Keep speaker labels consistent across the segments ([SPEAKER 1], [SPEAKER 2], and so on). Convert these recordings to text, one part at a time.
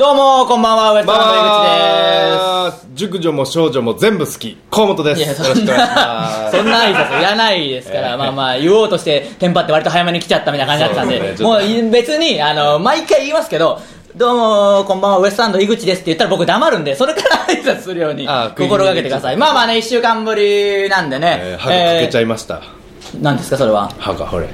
[SPEAKER 1] どうもこんばんは、ウエストランド
[SPEAKER 2] バー熟女も少女も全部好き河本で
[SPEAKER 1] 井口です。
[SPEAKER 2] す
[SPEAKER 1] い
[SPEAKER 2] よ
[SPEAKER 1] や、
[SPEAKER 2] ろ
[SPEAKER 1] そ
[SPEAKER 2] し
[SPEAKER 1] ん
[SPEAKER 2] くお願いしま
[SPEAKER 1] な、そ
[SPEAKER 2] す
[SPEAKER 1] んな挨拶いらないですから、まあまあ、言おうとして、テンパって割と早めに来ちゃったみたいな感じだったんで、
[SPEAKER 2] そうですねちょ
[SPEAKER 1] も
[SPEAKER 2] っと
[SPEAKER 1] う別に、あの、毎回言いますけど、どうもこんばんは、ウエストランド井口ですって言ったら僕黙るんで、それから挨拶するように
[SPEAKER 2] ああ
[SPEAKER 1] 心がけてください。まあまあね、一週間ぶりなんでね。
[SPEAKER 2] えー歯が欠けちゃ
[SPEAKER 1] い。
[SPEAKER 2] いました
[SPEAKER 1] 何ですか、それは。
[SPEAKER 2] 歯がほれ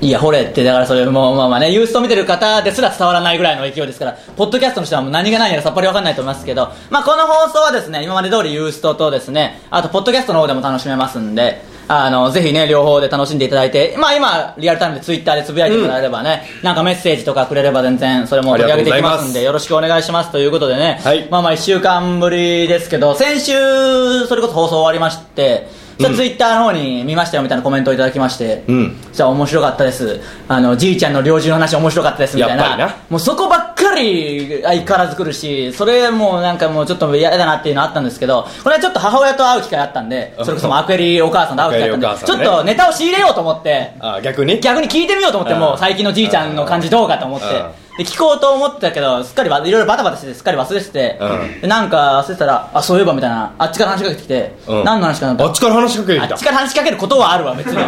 [SPEAKER 1] いや、ほれって、だからそれもう、まあまあね、ユースト見てる方ですら伝わらないぐらいの勢いですから、ポッドキャストの人はもう何が何やらさっぱりわかんないと思いますけど、まあこの放送はですね、今まで通りユーストとですね、あとポッドキャストの方でも楽しめますんで、あの、ぜひね、両方で楽しんでいただいて、まあ今、リアルタイムでツイッターでつぶやいてもらえればね、なんかメッセージとかくれれば全然、それも取り上げていきますんで、
[SPEAKER 2] ありがとうございます
[SPEAKER 1] よろしくお願いしますということでね、
[SPEAKER 2] はい
[SPEAKER 1] まあまあ1週間ぶりですけど、先週、それこそ放送終わりまして、それツイッターの方に見ましたよみたいなコメントをいただきまして、
[SPEAKER 2] うん
[SPEAKER 1] じゃあ面白かったですあのじいちゃんの猟銃の話面白かったですみたい
[SPEAKER 2] や
[SPEAKER 1] な
[SPEAKER 2] っぱりな
[SPEAKER 1] もうそこばっかり相変わらず来るしそれもうなんかもうちょっと嫌だなっていうのあったんですけどこれはちょっと母親と会う機会あったんでそれこそもうアクエリお母さんと会う機会あったん
[SPEAKER 2] アク
[SPEAKER 1] で、
[SPEAKER 2] エリお母さ
[SPEAKER 1] ちょ
[SPEAKER 2] ん
[SPEAKER 1] っ
[SPEAKER 2] ね
[SPEAKER 1] とネタを仕入れようと思って
[SPEAKER 2] あ逆に
[SPEAKER 1] 逆に聞いてみようと思って
[SPEAKER 2] うん
[SPEAKER 1] もう最近のじいちゃんの感じどうかと思って
[SPEAKER 2] う
[SPEAKER 1] で聞こうと思ってたけどすっかりわいろいろバタバタしててすっかり忘れてて
[SPEAKER 2] うん
[SPEAKER 1] でなんか忘れてたらあそういえばみたいなあっちから話しかけてきて
[SPEAKER 2] うん
[SPEAKER 1] 何の話かなと
[SPEAKER 2] あっちから話しかけて
[SPEAKER 1] あ
[SPEAKER 2] き
[SPEAKER 1] ったちから話しかけることはあるわ 別に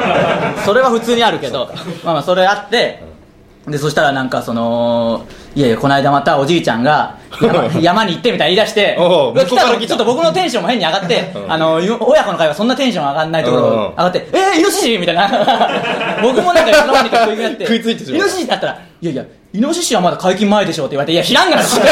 [SPEAKER 1] それは普通にあるけどまあまあそれあってでそしたらなんかそのいやいやこの間またおじいちゃんが 山山に行ってみたいな言い出して
[SPEAKER 2] おう
[SPEAKER 1] うわ
[SPEAKER 2] 向こうから来た
[SPEAKER 1] ちょっと僕のテンションも変に上がって、
[SPEAKER 2] うん
[SPEAKER 1] あのよ親子の会話そんなテンション上がんないところ
[SPEAKER 2] うんうん
[SPEAKER 1] 上がって「えー、イノシシ?」みたい な僕もなんかその間にか食い気味になって
[SPEAKER 2] 食いついてしまう
[SPEAKER 1] イノシシだったら「いやいやイノシシはまだ解禁前でしょ」って言われて「いや知らんがな」それ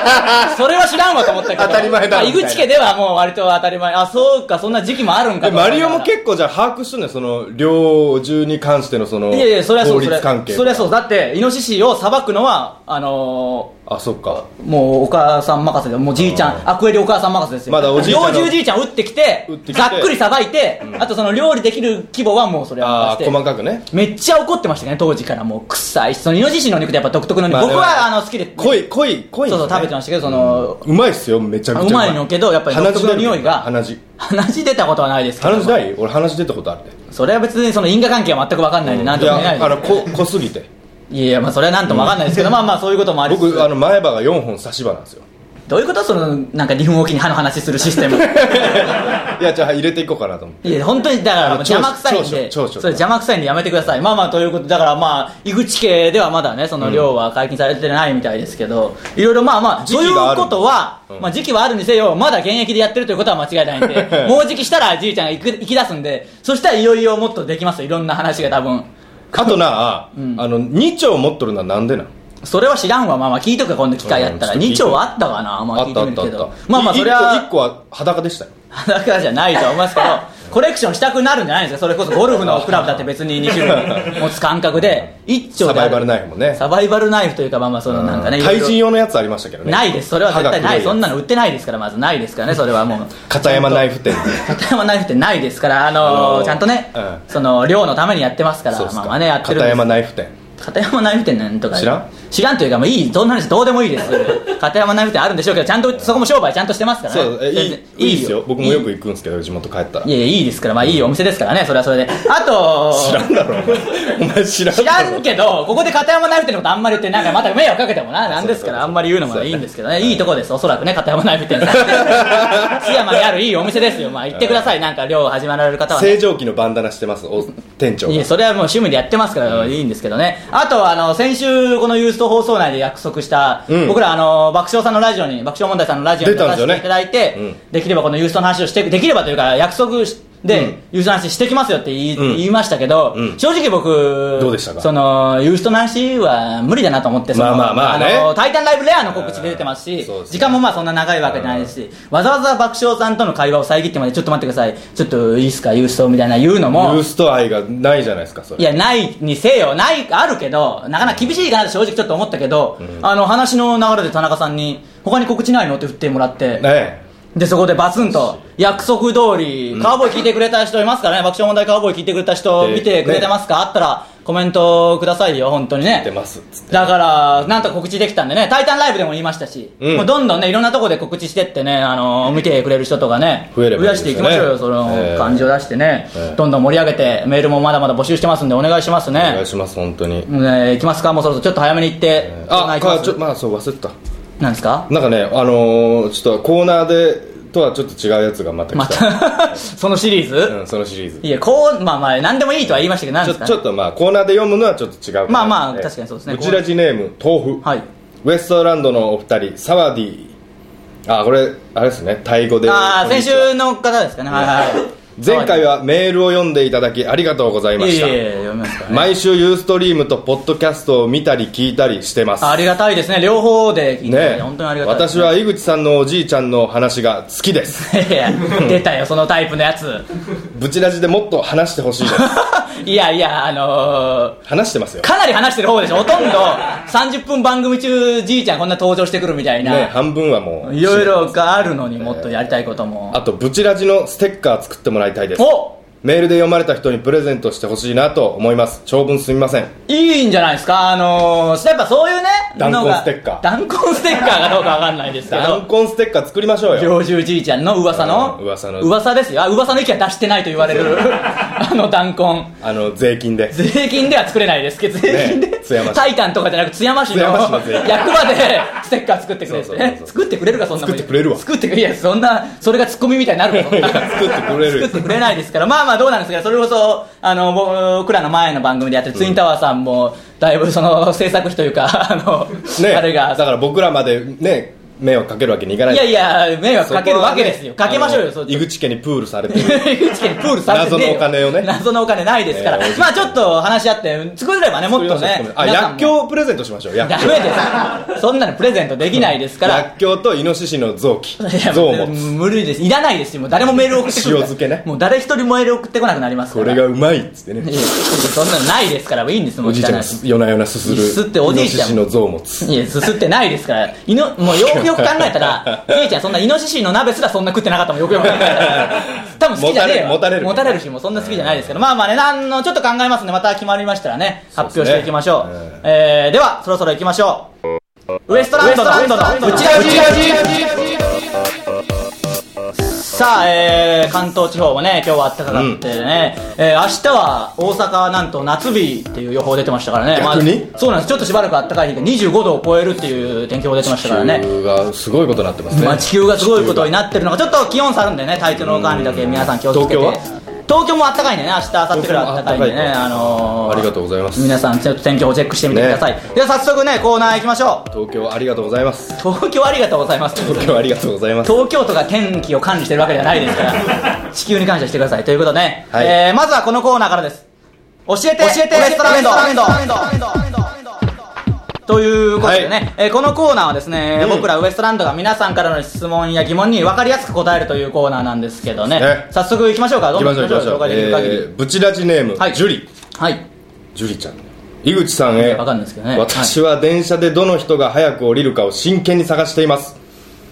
[SPEAKER 1] はそれは知らんわと思ったけど
[SPEAKER 2] 当たり前だ
[SPEAKER 1] まあ
[SPEAKER 2] みたい
[SPEAKER 1] 井
[SPEAKER 2] な
[SPEAKER 1] 口家ではもう割と当たり前あそうかそんな時期もあるんか
[SPEAKER 2] え
[SPEAKER 1] と思い
[SPEAKER 2] マ
[SPEAKER 1] なが
[SPEAKER 2] リ
[SPEAKER 1] ら
[SPEAKER 2] オも結構じゃあ把握してんのよその猟銃に関してのその
[SPEAKER 1] いやいや、それはそ
[SPEAKER 2] 法
[SPEAKER 1] う、それ
[SPEAKER 2] 律関
[SPEAKER 1] は
[SPEAKER 2] 係
[SPEAKER 1] それはそう、だって、イノシシを裁くのは、あの
[SPEAKER 2] あそっか
[SPEAKER 1] ー、もうお母さん任せで、もうじいちゃ、
[SPEAKER 2] うん
[SPEAKER 1] アクエリお母さん任せですよ。
[SPEAKER 2] まだおじいちゃんの
[SPEAKER 1] 猟銃じいちゃん打ってきて
[SPEAKER 2] 撃って、きて
[SPEAKER 1] ざっくりさばいて、あとその料理できる規模はもうそれは任
[SPEAKER 2] あー
[SPEAKER 1] せて
[SPEAKER 2] 細かくね
[SPEAKER 1] めっちゃ怒ってましたね、当時からもう、臭いし、そのイノシシの肉ってやっぱ独特の肉、
[SPEAKER 2] まあ
[SPEAKER 1] 僕はあ
[SPEAKER 2] でも
[SPEAKER 1] の好きで、
[SPEAKER 2] 濃い濃い濃いん
[SPEAKER 1] そ
[SPEAKER 2] で
[SPEAKER 1] うそう、
[SPEAKER 2] すね
[SPEAKER 1] 食べてましたけど、その、
[SPEAKER 2] うまいっすよめちゃくちゃ
[SPEAKER 1] うまいのけどやっぱり独特の匂いが
[SPEAKER 2] 鼻血
[SPEAKER 1] 話出たことはないですけ
[SPEAKER 2] 鼻血
[SPEAKER 1] ど、
[SPEAKER 2] ない俺鼻血出たことあるで
[SPEAKER 1] それは別にその因果関係は全く分かんないんで、なんとも言えない
[SPEAKER 2] やあの
[SPEAKER 1] です
[SPEAKER 2] こ濃すぎて
[SPEAKER 1] いやいや、まあそれはなんとも分かんないですけど、まあまあそういうこともありつつ
[SPEAKER 2] 僕あの前歯が4本差し歯なんです よ
[SPEAKER 1] どういうことそのなんか2分おきに歯の話するシステム
[SPEAKER 2] いやじゃあ入れていこうかなと思って
[SPEAKER 1] いや本当にだからもう邪魔くさいんでそ
[SPEAKER 2] 長所長所長所
[SPEAKER 1] れ邪魔くさいんでやめてくださいまあまあということでだからまあ井口家ではまだねその量は解禁されてないみたいですけど、いろいろまあまあ
[SPEAKER 2] 時
[SPEAKER 1] とい
[SPEAKER 2] 期
[SPEAKER 1] う
[SPEAKER 2] がある
[SPEAKER 1] ことは、
[SPEAKER 2] うん
[SPEAKER 1] まあ、時期はあるにせよまだ現役でやってるということは間違いないん でもうじきしたらじいちゃんが行く行き出すんでそしたらいよいよもっとできますよいろんな話が多分
[SPEAKER 2] あとな、
[SPEAKER 1] ん
[SPEAKER 2] あの2丁持っとるのはなんでなん
[SPEAKER 1] それは知らんわまあまあ聞いとくか今度機会あったら、
[SPEAKER 2] うんちょっと聞
[SPEAKER 1] 2
[SPEAKER 2] いて
[SPEAKER 1] 丁はあったかなまあ聞い
[SPEAKER 2] あっ
[SPEAKER 1] て
[SPEAKER 2] たあ
[SPEAKER 1] み
[SPEAKER 2] っ
[SPEAKER 1] る
[SPEAKER 2] たあ
[SPEAKER 1] け
[SPEAKER 2] っ
[SPEAKER 1] ど
[SPEAKER 2] た
[SPEAKER 1] まあまあそれは
[SPEAKER 2] 1個は裸でしたよ
[SPEAKER 1] 裸じゃないとは思いますけ どコレクションしたくなるんじゃないですかそれこそゴルフのクラブだって別に2種類 持つ感覚で一丁
[SPEAKER 2] サ
[SPEAKER 1] であ
[SPEAKER 2] バイ
[SPEAKER 1] る
[SPEAKER 2] バルナイフもね
[SPEAKER 1] サバイバルナイフというかまあまあそのなんかねいろい
[SPEAKER 2] 対
[SPEAKER 1] ろ
[SPEAKER 2] 人用のやつありましたけどね
[SPEAKER 1] ないですそれは絶対ないそんな
[SPEAKER 2] の
[SPEAKER 1] の売ってないですからまずないですからねそれはもう
[SPEAKER 2] 片山ナイフ店
[SPEAKER 1] 片山ナイフってないですからあの
[SPEAKER 2] あの
[SPEAKER 1] ー
[SPEAKER 2] ー
[SPEAKER 1] ちゃんとね
[SPEAKER 2] うん
[SPEAKER 1] その寮のためにやってますから
[SPEAKER 2] そうっす
[SPEAKER 1] ま
[SPEAKER 2] か
[SPEAKER 1] あまあねやってるん
[SPEAKER 2] 片
[SPEAKER 1] です
[SPEAKER 2] 山ナイフ店
[SPEAKER 1] 片山ナイフ店なんとか
[SPEAKER 2] 知らん
[SPEAKER 1] 知らんというかもういいそんな話どうでもいいです 片山ナイフ店あるんでしょうけどちゃんとそこも商売ちゃんとしてますからね
[SPEAKER 2] そうえい
[SPEAKER 1] 全
[SPEAKER 2] い
[SPEAKER 1] 然
[SPEAKER 2] いいですよ僕もよく行くんですけど地元帰ったら
[SPEAKER 1] いやいやいいですからまあいいお店ですからねそれはそれであと
[SPEAKER 2] 知らんだろお前お前知らん
[SPEAKER 1] 知ら
[SPEAKER 2] だろ
[SPEAKER 1] んけどここで片山ナイフ店のことあんまり言ってなんかまた迷惑かけてもななんですか
[SPEAKER 2] そうそうそ
[SPEAKER 1] ら
[SPEAKER 2] う
[SPEAKER 1] あんまり言うのもいいんですけどね
[SPEAKER 2] そう
[SPEAKER 1] いいとこですおそらくね片山ナイフ 店津山にあるいいお店ですよまあ行ってくださいなんか寮始まられる方はね
[SPEAKER 2] 正常期のバンダナしてますお店長
[SPEAKER 1] いや
[SPEAKER 2] が
[SPEAKER 1] それはもう趣味でやってますからいいんですけどね、あとはあの先週このユースト放送内で約束した、
[SPEAKER 2] うん
[SPEAKER 1] 僕らあの爆笑さんのラジオに爆笑問題さんのラジオに出
[SPEAKER 2] 出たん
[SPEAKER 1] さ
[SPEAKER 2] です
[SPEAKER 1] せ
[SPEAKER 2] よ
[SPEAKER 1] て
[SPEAKER 2] ね
[SPEAKER 1] いただいて、
[SPEAKER 2] うん
[SPEAKER 1] できればこのユーストの話をしてできればというか約束しで、
[SPEAKER 2] うん
[SPEAKER 1] ユーストの話してきますよって言い,、
[SPEAKER 2] うん
[SPEAKER 1] 言いましたけど、
[SPEAKER 2] うん
[SPEAKER 1] 正直僕
[SPEAKER 2] どうでしたか
[SPEAKER 1] そのユーストの話は無理だなと思ってその
[SPEAKER 2] まあまあまあね
[SPEAKER 1] のタイタンライブレアの告知で出てますし、
[SPEAKER 2] うんそうですね
[SPEAKER 1] 時間もまあそんな長いわけじゃないですし、わざわざ爆笑さんとの会話を遮ってまでちょっと待ってくださいちょっといいですかユーストみたいな言うのも
[SPEAKER 2] ブースト愛がないじゃないですかそれ
[SPEAKER 1] いや、ないにせよ、ない、あるけど、なかなか厳しいかなって正直ちょっと思ったけど、あの、話の流れで田中さんに、他に告知ないのって振ってもらって、
[SPEAKER 2] ね
[SPEAKER 1] で、そこでバツンと、約束通り、カウボーイ聞いてくれた人いますからね、爆笑問題カウボーイ聞いてくれた人、
[SPEAKER 2] で
[SPEAKER 1] 見てくれてますか、あったら、コメントくださいよ、本当にね
[SPEAKER 2] え出。ますっつって
[SPEAKER 1] だから、なんとか告知できたんでね、タイタンライブでも言いましたし、
[SPEAKER 2] うん
[SPEAKER 1] もうどんどんね、いろんなとこで告知してってね、あのー見てくれる人とかね、
[SPEAKER 2] 増えればいい
[SPEAKER 1] や
[SPEAKER 2] で
[SPEAKER 1] し
[SPEAKER 2] す
[SPEAKER 1] てい
[SPEAKER 2] ね
[SPEAKER 1] きましょうよ、そ
[SPEAKER 2] え
[SPEAKER 1] の
[SPEAKER 2] え
[SPEAKER 1] 感じを出してね、
[SPEAKER 2] ええ
[SPEAKER 1] どんどん盛り上げて、メールもまだまだ募集してますんで、お願いします
[SPEAKER 2] お願
[SPEAKER 1] ね
[SPEAKER 2] い。します本当に
[SPEAKER 1] ね行きますか、もうそろそろちょっと早めに行って、コーナー行
[SPEAKER 2] あ
[SPEAKER 1] きま
[SPEAKER 2] か
[SPEAKER 1] す
[SPEAKER 2] ちょまあそう忘れてた
[SPEAKER 1] なんですか
[SPEAKER 2] なんかねあのーちょっとコーナーでとはちょっと違うやつがまた
[SPEAKER 1] ま
[SPEAKER 2] 来た、
[SPEAKER 1] た そのシリーズ、
[SPEAKER 2] うん、そのシリーズ
[SPEAKER 1] いやこうまあまあ何でもいいとは言いましたけどなん
[SPEAKER 2] ち
[SPEAKER 1] で
[SPEAKER 2] ょ
[SPEAKER 1] すか、ね、
[SPEAKER 2] ちょっとまあコーナーで読むのはちょっと違うかな
[SPEAKER 1] まあまあ確かにそうですね
[SPEAKER 2] うちらじネーム豆腐
[SPEAKER 1] はい
[SPEAKER 2] ウエストランドのお二人サワディあこれあれですねタイ語で
[SPEAKER 1] ああ
[SPEAKER 2] こん
[SPEAKER 1] 先
[SPEAKER 2] にちは
[SPEAKER 1] 週の方ですかねはいはい
[SPEAKER 2] 前回はメールを読んでいただきありがとうござい
[SPEAKER 1] いや
[SPEAKER 2] まし
[SPEAKER 1] い
[SPEAKER 2] た
[SPEAKER 1] やいや読みますからね、
[SPEAKER 2] 毎週ユーストリームとポッドキャストを見たり聞いたりしてます
[SPEAKER 1] ありがたいですね両方で聞いて、
[SPEAKER 2] ねえ
[SPEAKER 1] 本当にありがたいです
[SPEAKER 2] 私は井口さんのおじいちゃんの話が好きです
[SPEAKER 1] いや出たよそのタイプのやつ
[SPEAKER 2] ブチラジでもっと話してほしいです
[SPEAKER 1] いやいやあのー
[SPEAKER 2] 話してますよ
[SPEAKER 1] かなり話してる方でしょほとんど30分番組中じいちゃんこんな登場してくるみたい
[SPEAKER 2] ね
[SPEAKER 1] な、
[SPEAKER 2] 半分はもう
[SPEAKER 1] いろいろがあるのにもっとやりたいことも、
[SPEAKER 2] あとブチラジのステッカー作ってもらいたいです
[SPEAKER 1] お
[SPEAKER 2] メールで読まれた人にプレゼントしてほしいなと思います長文すみません
[SPEAKER 1] いいんじゃないですかあのー、やっぱそういうね
[SPEAKER 2] 弾痕
[SPEAKER 1] のが
[SPEAKER 2] ステッカー
[SPEAKER 1] 弾痕ステッカーがどうかわかんないですけ
[SPEAKER 2] 弾
[SPEAKER 1] ど
[SPEAKER 2] 痕ステッカー作りましょうよ
[SPEAKER 1] 猟銃じいちゃんの噂の
[SPEAKER 2] うん噂の
[SPEAKER 1] 噂ですよあ噂の意見は出してないと言われ るあの弾痕
[SPEAKER 2] あの税金で
[SPEAKER 1] 税金では作れないですけど、税金で、
[SPEAKER 2] 津山市
[SPEAKER 1] タイタンとかじゃなく津山市の
[SPEAKER 2] 津山市の税金
[SPEAKER 1] 役場でステッカー作ってくれ
[SPEAKER 2] そうそうそう
[SPEAKER 1] て
[SPEAKER 2] そう
[SPEAKER 1] 作ってくれるかそんなもん
[SPEAKER 2] 作ってくれるわ
[SPEAKER 1] 作ってくいやそんなそれがツッコミみたいになるかそんな
[SPEAKER 2] 作ってくれる
[SPEAKER 1] 作 ってくれないですからまあまあどうなんですかねそれこそあの僕らの前の番組でやってるツインタワーさんも、だいぶその制作費という かあの、
[SPEAKER 2] ね
[SPEAKER 1] あれが
[SPEAKER 2] だから僕らまでね迷惑かけるわけにいかない
[SPEAKER 1] いやいや迷惑かけるわけですよ、
[SPEAKER 2] そこは
[SPEAKER 1] か
[SPEAKER 2] ね
[SPEAKER 1] けましょう
[SPEAKER 2] あ
[SPEAKER 1] よ
[SPEAKER 2] の
[SPEAKER 1] そっち
[SPEAKER 2] 井口家にプールされ てる
[SPEAKER 1] 井 口家にプールされてねえよ
[SPEAKER 2] 謎のお金をね
[SPEAKER 1] 謎のお金ないですから、
[SPEAKER 2] えー
[SPEAKER 1] まあちょっと話し合って作れればねもっとね
[SPEAKER 2] あ
[SPEAKER 1] 皆さんも
[SPEAKER 2] 薬莢をプレゼントしましょう薬
[SPEAKER 1] ダ
[SPEAKER 2] 莢
[SPEAKER 1] メですそんなのプレゼントできないですから
[SPEAKER 2] 薬莢とイノシシの臓器
[SPEAKER 1] いや
[SPEAKER 2] 臓を持つ
[SPEAKER 1] 無理ですいらないですよもう誰もメール送ってくる
[SPEAKER 2] 塩漬けね
[SPEAKER 1] もう誰一人もメール送ってこなくなりますか
[SPEAKER 2] こ
[SPEAKER 1] ら
[SPEAKER 2] れがうまいっつってね
[SPEAKER 1] いやそんなのないですからいいんですも
[SPEAKER 2] お
[SPEAKER 1] う
[SPEAKER 2] じいちゃんが
[SPEAKER 1] 汚
[SPEAKER 2] 夜な夜なすする
[SPEAKER 1] すすっておじいちゃん
[SPEAKER 2] イノシシの像を持つ
[SPEAKER 1] いいやす すってないですからいのもうよくよく考えた らじいちゃんそんなイノシシの鍋すらそんな食ってなかったもんよくよく考えたら多分好きじゃねえよ
[SPEAKER 2] もたれる
[SPEAKER 1] もたれるしもうそんな好きじゃないですけどまあまあねなんのちょっと考えますねまた決まりましたらね発表していきましょう
[SPEAKER 2] そうですね
[SPEAKER 1] えーではそろそろいきましょうウエストランドのうちらうちさあ、えー、関東地方もね、今日は暖かかってね、えー明日は大阪はなんと夏日っていう予報出てましたからね、
[SPEAKER 2] 逆に
[SPEAKER 1] まあそうなんです、ちょっとしばらく暖かい日が25度を超えるっていう天気予報出てましたからね。
[SPEAKER 2] 球がすごいことになってますね
[SPEAKER 1] まあ、地球がすごいことになってるのがちょっと気温差あるんでね体調の管理だけ皆さん気をつけて
[SPEAKER 2] 東京は
[SPEAKER 1] 東京もあったかいんでね明日明後日ぐらいあったかいんでね
[SPEAKER 2] 東京も暖かい
[SPEAKER 1] あのー、
[SPEAKER 2] ありがとうございます
[SPEAKER 1] 皆さんちょっと天気をチェックしてみてください、では早速ねコーナー行きましょう
[SPEAKER 2] 東京ありがとうございます
[SPEAKER 1] 東京ありがとうございます
[SPEAKER 2] 東京ありがとうございます
[SPEAKER 1] 東京都が天気を管理してるわけじゃないですから地球に感謝してくださいということで、
[SPEAKER 2] はい
[SPEAKER 1] えーまずはこのコーナーからです教えて教えてレストランドということでね、
[SPEAKER 2] はい
[SPEAKER 1] えーこのコーナーはですね、
[SPEAKER 2] うん
[SPEAKER 1] 僕らウエストランドが皆さんからの質問や疑問に分かりやすく答えるというコーナーなんですけどね
[SPEAKER 2] ね
[SPEAKER 1] 早速いきましょうかど
[SPEAKER 2] 行
[SPEAKER 1] ん
[SPEAKER 2] き
[SPEAKER 1] ど
[SPEAKER 2] ま
[SPEAKER 1] ん
[SPEAKER 2] しょ
[SPEAKER 1] 行きましょう紹
[SPEAKER 2] う行きましょう
[SPEAKER 1] 介できる限り、
[SPEAKER 2] えーブチラジネーム
[SPEAKER 1] はい
[SPEAKER 2] ジュリ
[SPEAKER 1] はい
[SPEAKER 2] ジュリちゃん井口さんへ
[SPEAKER 1] わかんないですけどね
[SPEAKER 2] 私は電車でどの人が早く降りるかを真剣に探しています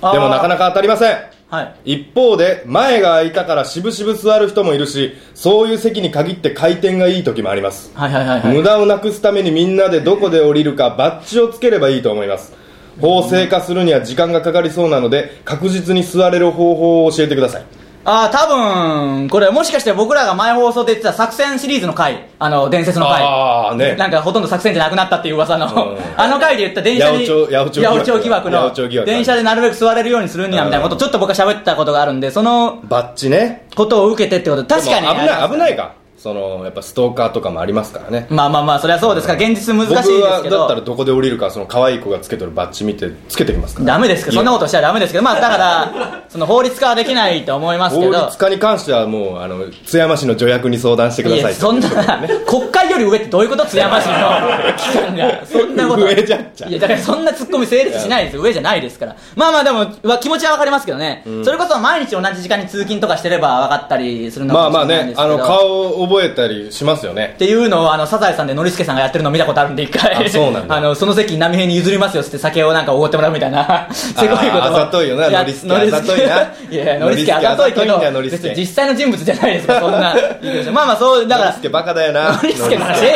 [SPEAKER 1] あー
[SPEAKER 2] でもなかなか当たりません
[SPEAKER 1] はい
[SPEAKER 2] 一方で前が空いたから渋々座る人もいるしそういう席に限って回転がいい時もあります
[SPEAKER 1] はいはいはいはい
[SPEAKER 2] 無駄をなくすためにみんなでどこで降りるかバッジをつければいいと思います法制化するには時間がかかりそうなので確実に座れる方法を教えてください
[SPEAKER 1] ああ、多分、これもしかして僕らが前放送で言ってた作戦シリーズの回、あの、伝説の回。
[SPEAKER 2] あー ね
[SPEAKER 1] なんかほとんど作戦じゃなくなったっていう噂の、
[SPEAKER 2] うん
[SPEAKER 1] あの回で言った電車に、
[SPEAKER 2] 八百長八百長疑惑
[SPEAKER 1] 八百長疑惑
[SPEAKER 2] 八
[SPEAKER 1] の
[SPEAKER 2] 百長疑惑
[SPEAKER 1] 電車でなるべく座れるようにするにはみたいなこと、
[SPEAKER 2] うん
[SPEAKER 1] ちょっと僕は喋ったことがあるんで、その
[SPEAKER 2] バッジね
[SPEAKER 1] ことを受けてってことで、確かに。
[SPEAKER 2] でも危ない危ないかそのやっぱストーカーとかもありますからね
[SPEAKER 1] まあまあまあ、それはそうですか、現実難しいです
[SPEAKER 2] 僕は
[SPEAKER 1] け
[SPEAKER 2] だった
[SPEAKER 1] ど。
[SPEAKER 2] らどこで降りるかその可愛い子がつけてるバッジ見てつけてきますから
[SPEAKER 1] ダメですけど、そんなこととしちゃダメですけど、まあだから、その法律化はできないと思いますけ
[SPEAKER 2] 法
[SPEAKER 1] ど。
[SPEAKER 2] 律化に関してはもうあの津山市の助役に相談してくだ
[SPEAKER 1] い
[SPEAKER 2] さ
[SPEAKER 1] や
[SPEAKER 2] い
[SPEAKER 1] そんな
[SPEAKER 2] ということでね
[SPEAKER 1] 国会より上ってどういうこと津山市の 期間がそんなこと
[SPEAKER 2] 上じゃっちゃ
[SPEAKER 1] いやだからそんなツッコミ成立しないですよ上じゃないですからまあまあでもわ気持ちはわかりますけどね、それこそ毎日同じ時間に通勤とかしてれば分かったりするの
[SPEAKER 2] ま
[SPEAKER 1] か
[SPEAKER 2] あ
[SPEAKER 1] も
[SPEAKER 2] まあ
[SPEAKER 1] しれないん
[SPEAKER 2] ね
[SPEAKER 1] です
[SPEAKER 2] あ
[SPEAKER 1] けど
[SPEAKER 2] の顔を覚えたりしますよね
[SPEAKER 1] っていうのをあのサザエさんでノリスケさんがやってるのを見たことあるんで一回
[SPEAKER 2] あそうなん だ
[SPEAKER 1] あのその席波平に譲りますよっつって酒をなんかおごってもらうみたいなせこいことを
[SPEAKER 2] あざといよなノリスケ
[SPEAKER 1] や
[SPEAKER 2] あざといな
[SPEAKER 1] いやノリスケあざといけ
[SPEAKER 2] ノリスケあざといんだよ
[SPEAKER 1] ど
[SPEAKER 2] ノリスケ
[SPEAKER 1] 別に実際の人物じゃないですからそん なまあまあそうだか
[SPEAKER 2] ノ
[SPEAKER 1] ら
[SPEAKER 2] リスケバカだよな
[SPEAKER 1] ノリスケの話え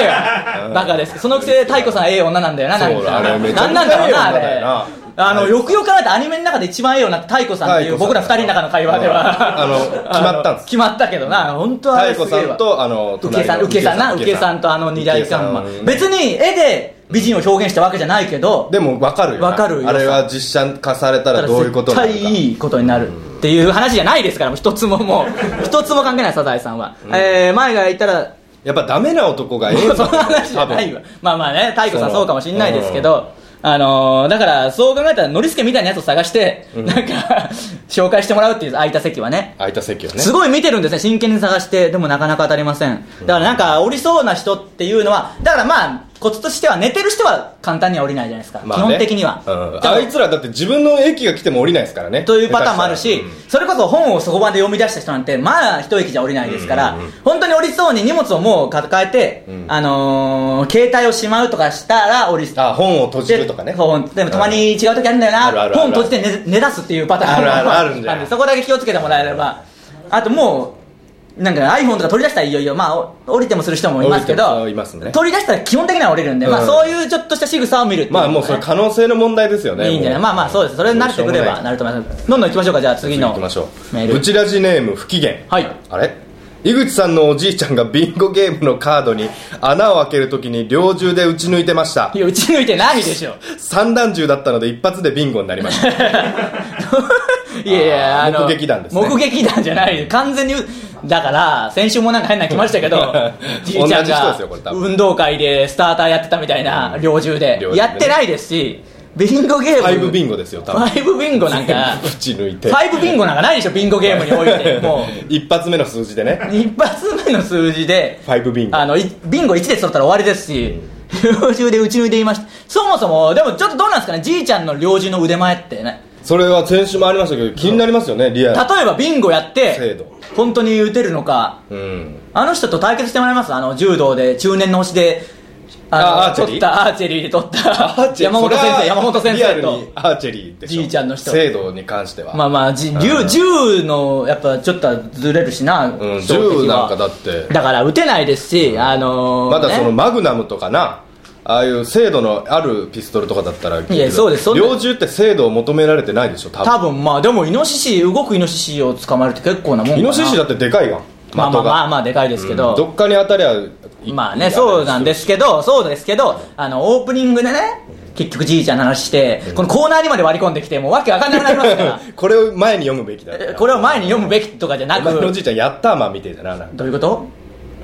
[SPEAKER 1] えよバカですけどそのくせ太子さんええ女なんだよななん
[SPEAKER 2] そうだ
[SPEAKER 1] か
[SPEAKER 2] あれめちゃ
[SPEAKER 1] な
[SPEAKER 2] くちゃ
[SPEAKER 1] んなんだろうなあ
[SPEAKER 2] ええ女だよな
[SPEAKER 1] れあの、よくよく考えてアニメの中で一番ええような太子さんっていう
[SPEAKER 2] 太
[SPEAKER 1] 僕
[SPEAKER 2] 鼓さ
[SPEAKER 1] ら
[SPEAKER 2] ん
[SPEAKER 1] 二人の中の会話では
[SPEAKER 2] あの決まったんです
[SPEAKER 1] 決まったけどな本当はあれ
[SPEAKER 2] 太
[SPEAKER 1] すげ
[SPEAKER 2] 子
[SPEAKER 1] えわ
[SPEAKER 2] さんとあの
[SPEAKER 1] ウケさん、ウケさんな、ウケさんとあの二大看板。別
[SPEAKER 2] に
[SPEAKER 1] に絵で、美人を表現したわけじゃないけど
[SPEAKER 2] でも分かるよな
[SPEAKER 1] 分かるよ
[SPEAKER 2] あれは実写化されたらどういうこと
[SPEAKER 1] だか
[SPEAKER 2] なの
[SPEAKER 1] ら
[SPEAKER 2] か
[SPEAKER 1] 絶対いいことになるっていう話じゃないですからもう一つももう一つも関係ないサザエさんは、えー前がいたら
[SPEAKER 2] やっぱダメな男がええん
[SPEAKER 1] そ
[SPEAKER 2] だ
[SPEAKER 1] んな話じゃないわまあまあね太鼓さんそうかもしれないですけどあのーだからそう考えたらノリスケみたいなやつを探して、なんか紹介してもらうっていう空いた席はね
[SPEAKER 2] 空いた席をね
[SPEAKER 1] すごい見てるんですね真剣に探してでもなかなか当たりませんだからなんか降りそうな人っていうのはだからまあコツとしては寝てる人は簡単には降りないじゃないですか、
[SPEAKER 2] まあ
[SPEAKER 1] 基
[SPEAKER 2] ね
[SPEAKER 1] 本的には、
[SPEAKER 2] うん
[SPEAKER 1] だから
[SPEAKER 2] あいつらだって自分の駅が来ても降りないですからね
[SPEAKER 1] というパターンもあるし
[SPEAKER 2] 下手たら、
[SPEAKER 1] それこそ本をそこまで読み出した人なんて、まあ、一息じゃ降りないですから、本当に降りそうに荷物をもう抱えて、あのー、携帯をしまうとかしたら降り
[SPEAKER 2] うんあ本を閉じるとかね
[SPEAKER 1] そうでもたまに違う時あるんだよな、
[SPEAKER 2] あるあるある
[SPEAKER 1] 本閉じて寝寝出すっていうパターン
[SPEAKER 2] あるあるあるんだよ
[SPEAKER 1] なんでそこだけ気をつけてもらえればあともうなんか iPhone とか取り出したらいよいよ、まあ、お降りてもする人もいますけど
[SPEAKER 2] 降りてもいますね
[SPEAKER 1] 取り出したら基本的には降りるんで、ま
[SPEAKER 2] う
[SPEAKER 1] あ、
[SPEAKER 2] ん
[SPEAKER 1] そういうちょっとした仕草を見るっていうの
[SPEAKER 2] ま
[SPEAKER 1] が
[SPEAKER 2] あ
[SPEAKER 1] ね
[SPEAKER 2] もうそれ可能性の問題ですよね
[SPEAKER 1] いいんじゃない
[SPEAKER 2] もう
[SPEAKER 1] まあまあそうですそれに慣れてくれ
[SPEAKER 2] しょう
[SPEAKER 1] ば
[SPEAKER 2] も
[SPEAKER 1] ないると思いますどんどん行きましょうかじゃあ次の
[SPEAKER 2] 行きましょう
[SPEAKER 1] メール
[SPEAKER 2] ブチラジネーム不機嫌
[SPEAKER 1] はい
[SPEAKER 2] あれ井口さんのおじいちゃんがビンゴゲームのカードに穴を開けるときに猟銃で撃ち抜いてました
[SPEAKER 1] いや打ち抜いてないで しょ
[SPEAKER 2] 三段銃だったので一発でビンゴになりました
[SPEAKER 1] いやいや
[SPEAKER 2] あ
[SPEAKER 1] あ
[SPEAKER 2] ー
[SPEAKER 1] の
[SPEAKER 2] 目撃談ですね
[SPEAKER 1] 目撃談じゃない完全にだから先週もなんか変なの来ましたけどじいちゃん
[SPEAKER 2] 同じ人です
[SPEAKER 1] が
[SPEAKER 2] よこれ多分
[SPEAKER 1] 運動会でスターターやってたみたいな猟銃で
[SPEAKER 2] 猟銃でね
[SPEAKER 1] やってないですしビンゴゲーム
[SPEAKER 2] ファイブビンゴ
[SPEAKER 1] で
[SPEAKER 2] ですよ
[SPEAKER 1] フ
[SPEAKER 2] 多分
[SPEAKER 1] ァイブビンゴなん か
[SPEAKER 2] 撃ち抜い
[SPEAKER 1] フ
[SPEAKER 2] て
[SPEAKER 1] ァイブビンゴなんかないでしょビンゴゲームにおいても
[SPEAKER 2] 一発目の数字でね
[SPEAKER 1] う 一発目の数字で
[SPEAKER 2] ファイブビンゴ
[SPEAKER 1] あのいビンゴ1で取ったら終わりですし、 猟銃で打ち抜いていましたそもそもでもちょっとどうなんですかねじいちゃんの猟銃の腕前ってね
[SPEAKER 2] それは先週もありましたけど気になりますよねリア
[SPEAKER 1] 例
[SPEAKER 2] ル
[SPEAKER 1] えばビンゴやっ
[SPEAKER 2] 精
[SPEAKER 1] て
[SPEAKER 2] 度
[SPEAKER 1] 本当に打てるのか
[SPEAKER 2] うん
[SPEAKER 1] あの人と対決してもらいますあの柔道で中年の星で
[SPEAKER 2] あ
[SPEAKER 1] あ
[SPEAKER 2] アーチェリー
[SPEAKER 1] 取ったアーチェリーで取った
[SPEAKER 2] アーチェ リー
[SPEAKER 1] 山本先
[SPEAKER 2] そ
[SPEAKER 1] 生
[SPEAKER 2] れは
[SPEAKER 1] 山本先
[SPEAKER 2] リア
[SPEAKER 1] 生
[SPEAKER 2] ルに
[SPEAKER 1] と
[SPEAKER 2] アーチェリーでしょ
[SPEAKER 1] じいちゃんの人
[SPEAKER 2] 精度に関しては、
[SPEAKER 1] まあまあじ
[SPEAKER 2] う
[SPEAKER 1] 銃
[SPEAKER 2] ん
[SPEAKER 1] 銃のやっぱちょっとはずれるしな、
[SPEAKER 2] うん
[SPEAKER 1] 標的は
[SPEAKER 2] 銃なんかだって
[SPEAKER 1] だから打てないですしあのー
[SPEAKER 2] まだ
[SPEAKER 1] ね
[SPEAKER 2] そのマグナムとかなああいう精度のあるピストルとかだったら
[SPEAKER 1] いやそうですそんな
[SPEAKER 2] 猟銃って精度を求められてないでしょ多分
[SPEAKER 1] 多分まあでもイノシシ動くイノシシを捕まえるって結構なもんかな
[SPEAKER 2] イノシシだってでかいわ的
[SPEAKER 1] まあま
[SPEAKER 2] が
[SPEAKER 1] あまあまあでかいですけど、
[SPEAKER 2] うんどっかに当たりゃ
[SPEAKER 1] まあねそうなんですけどそうですけどあのオープニングでね結局じいちゃんの話して、このコーナーにまで割り込んできてもうわけわかんなくなりますから
[SPEAKER 2] これを前に読むべきだ
[SPEAKER 1] えこれを前に読むべきとかじゃな
[SPEAKER 2] お前のお
[SPEAKER 1] く
[SPEAKER 2] じいちゃんヤッターマンみてえだななんか
[SPEAKER 1] どういうこと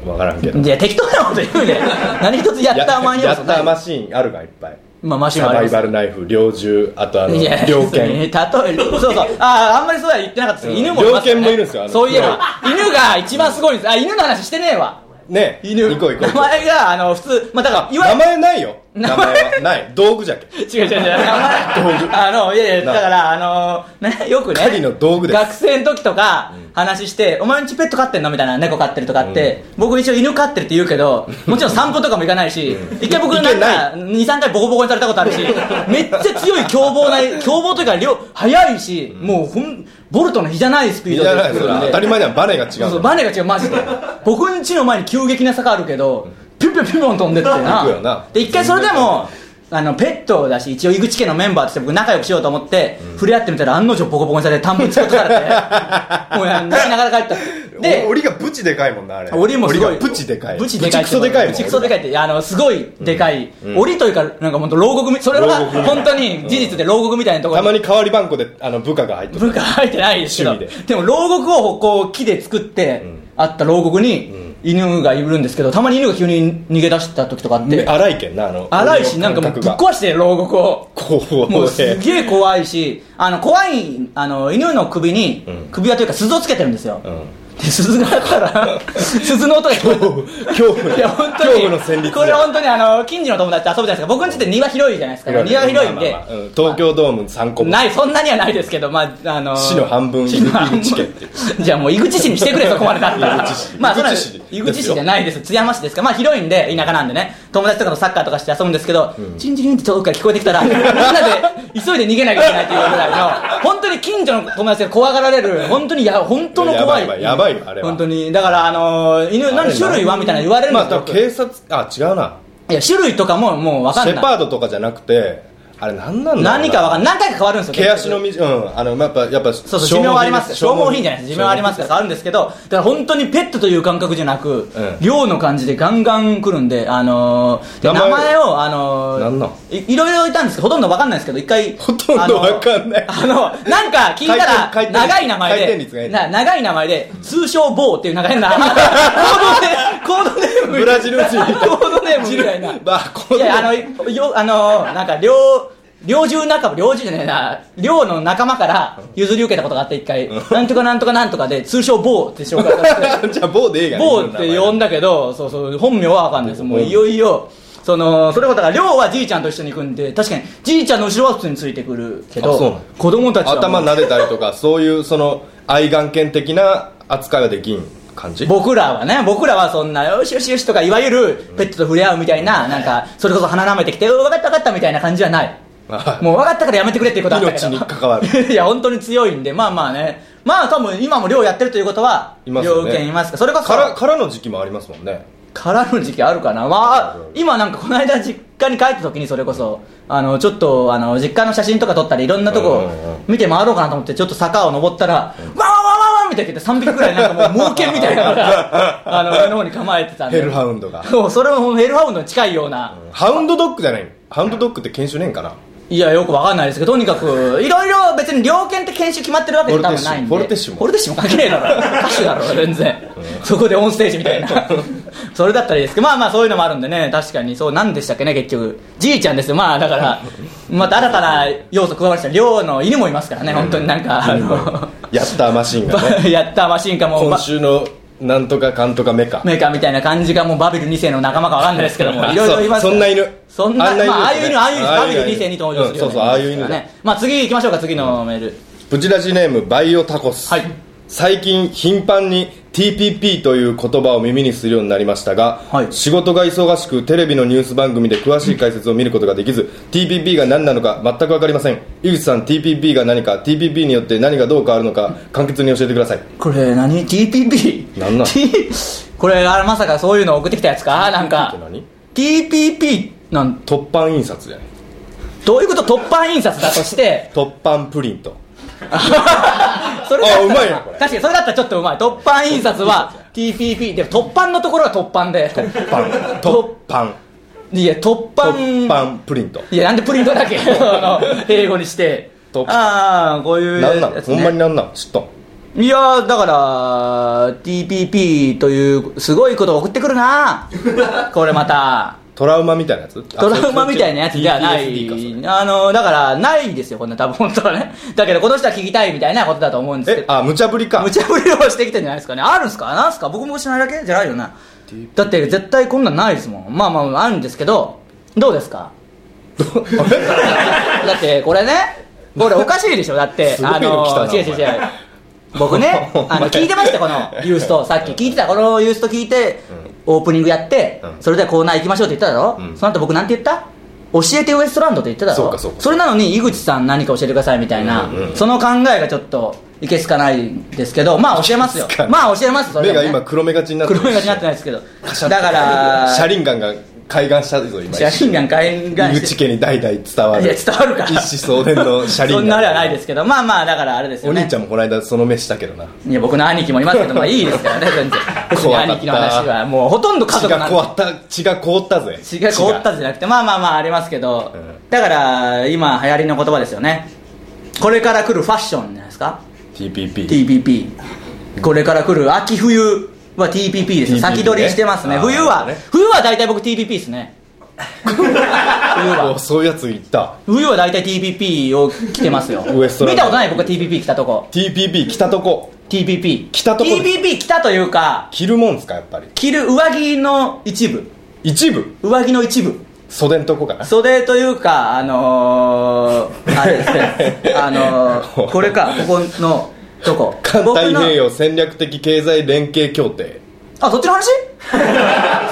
[SPEAKER 2] 分からんけど
[SPEAKER 1] いや適当なこと言うね何一 つやったーマン
[SPEAKER 2] や
[SPEAKER 1] 要
[SPEAKER 2] や
[SPEAKER 1] 素
[SPEAKER 2] っ
[SPEAKER 1] な
[SPEAKER 2] た
[SPEAKER 1] い
[SPEAKER 2] マシーンあるがいっぱい
[SPEAKER 1] まあマシン
[SPEAKER 2] サ
[SPEAKER 1] はあ
[SPEAKER 2] バ
[SPEAKER 1] りま
[SPEAKER 2] イ
[SPEAKER 1] す
[SPEAKER 2] バルナイフ猟銃あとあの
[SPEAKER 1] いや
[SPEAKER 2] 猟
[SPEAKER 1] 別に例え
[SPEAKER 2] 犬
[SPEAKER 1] そうそうあああんまりそうは言ってなかったです、
[SPEAKER 2] うん
[SPEAKER 1] 犬もいますから
[SPEAKER 2] 猟犬もいるんですよあの
[SPEAKER 1] そういえば犬が一番すごいんですあ犬の話してねえわ
[SPEAKER 2] ね
[SPEAKER 1] 犬
[SPEAKER 2] 行こう行こう
[SPEAKER 1] 名前があの普通まあだからいわゆ
[SPEAKER 2] 名
[SPEAKER 1] る
[SPEAKER 2] 前ないよ
[SPEAKER 1] 名
[SPEAKER 2] 名
[SPEAKER 1] 前
[SPEAKER 2] 前はない道具じゃけ
[SPEAKER 1] 違う違う違う名前あのいやいやだからあのねよくね
[SPEAKER 2] 狩りの道具です
[SPEAKER 1] 学生の時とか話して、お前んちペット飼ってんの?」みたいな猫飼ってるとかあって、僕一応犬飼ってるって言うけどもちろん散歩とかも行かないし、一回僕
[SPEAKER 2] 行
[SPEAKER 1] な
[SPEAKER 2] け
[SPEAKER 1] んか23回ボコボコにされたことあるしめっちゃ強い凶暴な 凶暴というか量速いし、もうほんボルトの比じゃないスピー
[SPEAKER 2] い
[SPEAKER 1] ドで
[SPEAKER 2] やないそれ
[SPEAKER 1] 来る
[SPEAKER 2] は
[SPEAKER 1] ん
[SPEAKER 2] 当
[SPEAKER 1] で
[SPEAKER 2] たり前にはバネが違
[SPEAKER 1] そううそ
[SPEAKER 2] ん
[SPEAKER 1] う
[SPEAKER 2] だ
[SPEAKER 1] バネが違うマ ジで僕ん家の前に急激な坂あるけどピュンピュンピュンピュン飛んでって
[SPEAKER 2] 行くよな
[SPEAKER 1] で一回それでもあのペットだし一応井口家のメンバーとして僕仲良くしようと思って、触れ合ってみたら案の定ボコボコにされて短文突き 落とされてもうや泣きながら帰った
[SPEAKER 2] で
[SPEAKER 1] で
[SPEAKER 2] 檻がブチでかいもんなあれ
[SPEAKER 1] 檻もすごい
[SPEAKER 2] 檻がブチでかい
[SPEAKER 1] ブチでかい
[SPEAKER 2] ブチクソでかいもん
[SPEAKER 1] ブチクソでかいっていやあのすごいでかい、檻というかなんか本当牢獄みそれは
[SPEAKER 2] 牢獄みたい
[SPEAKER 1] 本当に事実で牢獄みたいなところ
[SPEAKER 2] たまに代わり番号であの部下が入ってる
[SPEAKER 1] 文化入ってないですけど
[SPEAKER 2] 趣味
[SPEAKER 1] でも牢獄をこう木で作ってあった牢獄に犬がいるんですけどたまに犬が急に逃げ出した時とかあって
[SPEAKER 2] 荒いけんなあの
[SPEAKER 1] 荒いしなんかもうぶっ壊して牢獄を
[SPEAKER 2] こう
[SPEAKER 1] もうすげえ怖いしあの怖いあの犬の首に
[SPEAKER 2] ん
[SPEAKER 1] 首輪というか鈴をつけてるんですよ
[SPEAKER 2] うん
[SPEAKER 1] で鈴がだから 鈴の音が聞こえて
[SPEAKER 2] 恐怖の
[SPEAKER 1] いや本当
[SPEAKER 2] 恐怖の旋律
[SPEAKER 1] に
[SPEAKER 2] で
[SPEAKER 1] これ本当にあの近所の友達と遊ぶじゃないですか僕んちって庭広いじゃないですか庭広いんで
[SPEAKER 2] まあまあまあうん東京ドーム3個分
[SPEAKER 1] ないそんなにはないですけど、まああのー
[SPEAKER 2] 市の半分
[SPEAKER 1] 市の半分
[SPEAKER 2] 井口家ってい
[SPEAKER 1] じゃあもう井口市にしてくれそこまでだったら
[SPEAKER 2] 井口市
[SPEAKER 1] まあそんな
[SPEAKER 2] 井口市ですよ
[SPEAKER 1] 井口市じゃないです津山市ですかまあ広いんで田舎なんでね友達とかとサッカーとかして遊ぶんですけど、チンチリンって遠くから聞こえてきたらみんなで急いで逃げなきゃいけないっていうぐらいの本当に近所の友達が怖がられる本当にや本当の怖い
[SPEAKER 2] やばいやばいやばいよあれは
[SPEAKER 1] 本当にだからあのー犬
[SPEAKER 2] あれ
[SPEAKER 1] 何
[SPEAKER 2] な
[SPEAKER 1] 種類はみたいな言われるん
[SPEAKER 2] ま
[SPEAKER 1] で
[SPEAKER 2] あ
[SPEAKER 1] すよ、
[SPEAKER 2] 多分警察あ違うない
[SPEAKER 1] や種類とかももう分かん
[SPEAKER 2] シ
[SPEAKER 1] ない
[SPEAKER 2] ェパードとかじゃなくてあれ何なんだろうな
[SPEAKER 1] 何かわかんない何回か変わるんですよ
[SPEAKER 2] 毛足の
[SPEAKER 1] 結局
[SPEAKER 2] 短いうんあのまあやっぱやっぱ
[SPEAKER 1] そうそう寿命はあります消耗品じゃないです寿命はありますから変わるんですけどだから本当にペットという感覚じゃなく、
[SPEAKER 2] うん
[SPEAKER 1] 量の感じでガンガン来るんであのー、で
[SPEAKER 2] 名
[SPEAKER 1] 名
[SPEAKER 2] 前
[SPEAKER 1] 前をあのー、
[SPEAKER 2] なんなん
[SPEAKER 1] いいろいろいたんですけどほとんどわかんないですけど一回
[SPEAKER 2] ほとんどわかんない
[SPEAKER 1] あのあのなんか聞いたら
[SPEAKER 2] 回転回転
[SPEAKER 1] 長い名
[SPEAKER 2] 回
[SPEAKER 1] 前
[SPEAKER 2] 転率がい
[SPEAKER 1] で
[SPEAKER 2] い
[SPEAKER 1] な長い名前で通称ボーっていう長い名前コードネーム
[SPEAKER 2] ブラジル人みたいな
[SPEAKER 1] コードネームみた いな
[SPEAKER 2] あこ
[SPEAKER 1] いやあ
[SPEAKER 2] の
[SPEAKER 1] のよあのなんか猟猟銃仲間猟銃じゃねえな猟の仲間から譲り受けたことがあって一回なんとかなんとかなんとかで通称ボーって紹介 されて
[SPEAKER 2] じゃあ棒でええがな
[SPEAKER 1] ボーって呼んだけどそうそう本名はわかんないですもういよいよそのそれこそだから猟はじいちゃんと一緒に行くんで確かにじいちゃんの後ろは普通についてくるけ
[SPEAKER 2] あそうな
[SPEAKER 1] ど
[SPEAKER 2] の
[SPEAKER 1] 子供たちはもう
[SPEAKER 2] 頭撫でたりとかそういうその愛眼犬的な扱いはできん感じ
[SPEAKER 1] 僕らはね僕らはそんなよしよしよしとかいわゆるペットと触れ合うみたいななんかそれこそ鼻舐めてきてうわ分かった分かったみたいな感じはない
[SPEAKER 2] あ
[SPEAKER 1] もう分かったからやめてくれっていうことあったけど
[SPEAKER 2] 命に関わ
[SPEAKER 1] いや本当に強いんでまあまあねまあ多分今も寮やってるということはい
[SPEAKER 2] ますよ
[SPEAKER 1] 寮
[SPEAKER 2] ね
[SPEAKER 1] 件いますかそれこそ
[SPEAKER 2] からからの時期もありますもんね
[SPEAKER 1] からの時期あるかなまあ今なんかこの間実家に帰った時にそれこそあのちょっとあの実家の写真とか撮ったりいろんなと
[SPEAKER 2] うん
[SPEAKER 1] こ
[SPEAKER 2] うんうん
[SPEAKER 1] 見て回ろうかなと思ってちょっと坂を登ったらわーわーわーわーみたいな3匹くらいなんかもう猛犬みたいなのが あの上の方に構えてたんで
[SPEAKER 2] ヘルハウンドが
[SPEAKER 1] そうそれもヘルハウンドに近いような、
[SPEAKER 2] ハウンドドッグじゃないハウンドドッグって研修ねえんかない
[SPEAKER 1] やよくわかんないですけどとにかくいろいろ別に猟犬って研修決まってるわけじゃ多分ないんで
[SPEAKER 2] フォルテッシュも
[SPEAKER 1] フォルテッシュも関係ねえだ ろ歌手だろ全然、そこでオンステージみたいなそれだったらいいですけどまあまあそういうのもあるんでね確かにそうなんでしたっけね結局じいちゃんですよまあだからまた新たな要素加わりました猟の犬もいますからね本当になんか、あの
[SPEAKER 2] やったーマシン がね
[SPEAKER 1] やったマシンかも
[SPEAKER 2] 今週のなんとかかんとかメカ
[SPEAKER 1] メーカーみたいな感じがもうバビル2世の仲間かわかんないですけども
[SPEAKER 2] あ
[SPEAKER 1] いろいろいますから
[SPEAKER 2] そそんな犬
[SPEAKER 1] そんな
[SPEAKER 2] あんな犬
[SPEAKER 1] まあ、ああいう
[SPEAKER 2] ですね
[SPEAKER 1] 犬ああいう犬
[SPEAKER 2] ああ
[SPEAKER 1] バ
[SPEAKER 2] いう
[SPEAKER 1] ビ
[SPEAKER 2] 犬
[SPEAKER 1] ル2世に登場するよ
[SPEAKER 2] うんそうそうああいう犬
[SPEAKER 1] なんです
[SPEAKER 2] だ
[SPEAKER 1] からねまあ次行きましょうか次のメール、
[SPEAKER 2] ブチラジネームバイオタコス、
[SPEAKER 1] はい
[SPEAKER 2] 最近頻繁に TPP という言葉を耳にするようになりましたが、
[SPEAKER 1] はい
[SPEAKER 2] 仕事が忙しくテレビのニュース番組で詳しい解説を見ることができず TPP が何なのか全く分かりません井口さん TPP が何か TPP によって何がどう変わるのか簡潔に教えてください
[SPEAKER 1] これ何 TPP?
[SPEAKER 2] なんなん
[SPEAKER 1] T これあれまさかそういうの送ってきたやつかなんか TPP なん
[SPEAKER 2] 突版印刷じゃない
[SPEAKER 1] どういうこと突版印刷だとして
[SPEAKER 2] 突版プリント
[SPEAKER 1] それだったら
[SPEAKER 2] あうまいなこ
[SPEAKER 1] 確
[SPEAKER 2] れ
[SPEAKER 1] かにそれだったらちょっとうまい突版印刷は TPP でも突版のところは突版で
[SPEAKER 2] 突版突版
[SPEAKER 1] いや突版
[SPEAKER 2] 突版プリント
[SPEAKER 1] いやなんでプリントだけあの英語にして
[SPEAKER 2] と
[SPEAKER 1] ああこういう
[SPEAKER 2] なんなん、
[SPEAKER 1] やつ、
[SPEAKER 2] ほ
[SPEAKER 1] ね、
[SPEAKER 2] んまになんなん知っとん
[SPEAKER 1] いやーだから TPP というすごいことを送ってくるなこれまた
[SPEAKER 2] トラウマみたいなやつ
[SPEAKER 1] トラウマみたいなやつじゃな
[SPEAKER 2] TPSD かそれ
[SPEAKER 1] いあのだからないですよこんな多分本当はねだけどこの人は聞きたいみたいなことだと思うんですけ
[SPEAKER 2] え
[SPEAKER 1] ど
[SPEAKER 2] あ無茶ぶりか
[SPEAKER 1] 無茶ぶりをしてきてんじゃないですかねあるんすかなんすか僕も知らないだけじゃないよなだって絶対こんなんないですもんまあまああるんですけどどうですか だってこれねこれおかしいでしょだって
[SPEAKER 2] すごいの来たな
[SPEAKER 1] 違う違う違う僕 ね
[SPEAKER 2] お前
[SPEAKER 1] あの聞いてましたこのユーストさっき聞いてたこのユースト聞いて、オープニングやって、
[SPEAKER 2] うん
[SPEAKER 1] それでコーナー行きましょうって言っただろ、
[SPEAKER 2] うん
[SPEAKER 1] その後僕なんて言った教えてウエストランドって言ってただろ
[SPEAKER 2] そうかそうか
[SPEAKER 1] れなのに井口さん何か教えてくださいみたいな、
[SPEAKER 2] うんうん
[SPEAKER 1] その考えがちょっといけすかないんですけどまあ教えますよ
[SPEAKER 2] いけすかない
[SPEAKER 1] まあ教えますそれ
[SPEAKER 2] 目
[SPEAKER 1] でも
[SPEAKER 2] が
[SPEAKER 1] ね
[SPEAKER 2] 今黒目がちになって
[SPEAKER 1] 黒目がちになってないですけどだから
[SPEAKER 2] 車輪眼が開眼したぞ今
[SPEAKER 1] 写真が海
[SPEAKER 2] 井
[SPEAKER 1] 岸
[SPEAKER 2] 口
[SPEAKER 1] して
[SPEAKER 2] 家に代々伝わ
[SPEAKER 1] いや
[SPEAKER 2] る
[SPEAKER 1] 伝わるか
[SPEAKER 2] 一子相伝の車輪眼
[SPEAKER 1] そんなあれはないですけどまあまあだからあれです
[SPEAKER 2] お
[SPEAKER 1] よね
[SPEAKER 2] 兄ちゃんもこの間その飯したけどない
[SPEAKER 1] や僕の兄貴もいますけどまあいいですからね全然別に
[SPEAKER 2] 怖かった
[SPEAKER 1] 兄貴の話はもうほとんど家
[SPEAKER 2] 血
[SPEAKER 1] 族な
[SPEAKER 2] が
[SPEAKER 1] ん
[SPEAKER 2] 凍った血が凍ったぜ
[SPEAKER 1] 血が凍ったじゃなくてまあまあまあありますけど、
[SPEAKER 2] うん
[SPEAKER 1] だから今流行りの言葉ですよねこれから来るファッションじゃないですか
[SPEAKER 2] TPP
[SPEAKER 1] TPP これから来る秋冬は TPP ですよ
[SPEAKER 2] TPP ね
[SPEAKER 1] 先取りしてますね
[SPEAKER 2] あー
[SPEAKER 1] 冬は、
[SPEAKER 2] なるほどね
[SPEAKER 1] 冬は大体僕 TPP です ね冬
[SPEAKER 2] お
[SPEAKER 1] は
[SPEAKER 2] そういうやつ言った
[SPEAKER 1] 冬は大体 TPP を着てますよ
[SPEAKER 2] ウエストラン
[SPEAKER 1] 見
[SPEAKER 2] ド
[SPEAKER 1] たことない僕は TPP 着たとこ
[SPEAKER 2] TPP 着たとこ
[SPEAKER 1] TPP
[SPEAKER 2] 着たとこ
[SPEAKER 1] TPP 着たというか
[SPEAKER 2] 着るもんすかやっぱり
[SPEAKER 1] 着る上着の一部
[SPEAKER 2] 一部
[SPEAKER 1] 上着の一部
[SPEAKER 2] 袖んとこかな
[SPEAKER 1] 袖というかあの ー、あれですねあのー、これかここのとこ
[SPEAKER 2] 環太
[SPEAKER 1] 僕の
[SPEAKER 2] 平洋戦略的経済連携協定
[SPEAKER 1] あそっちの 話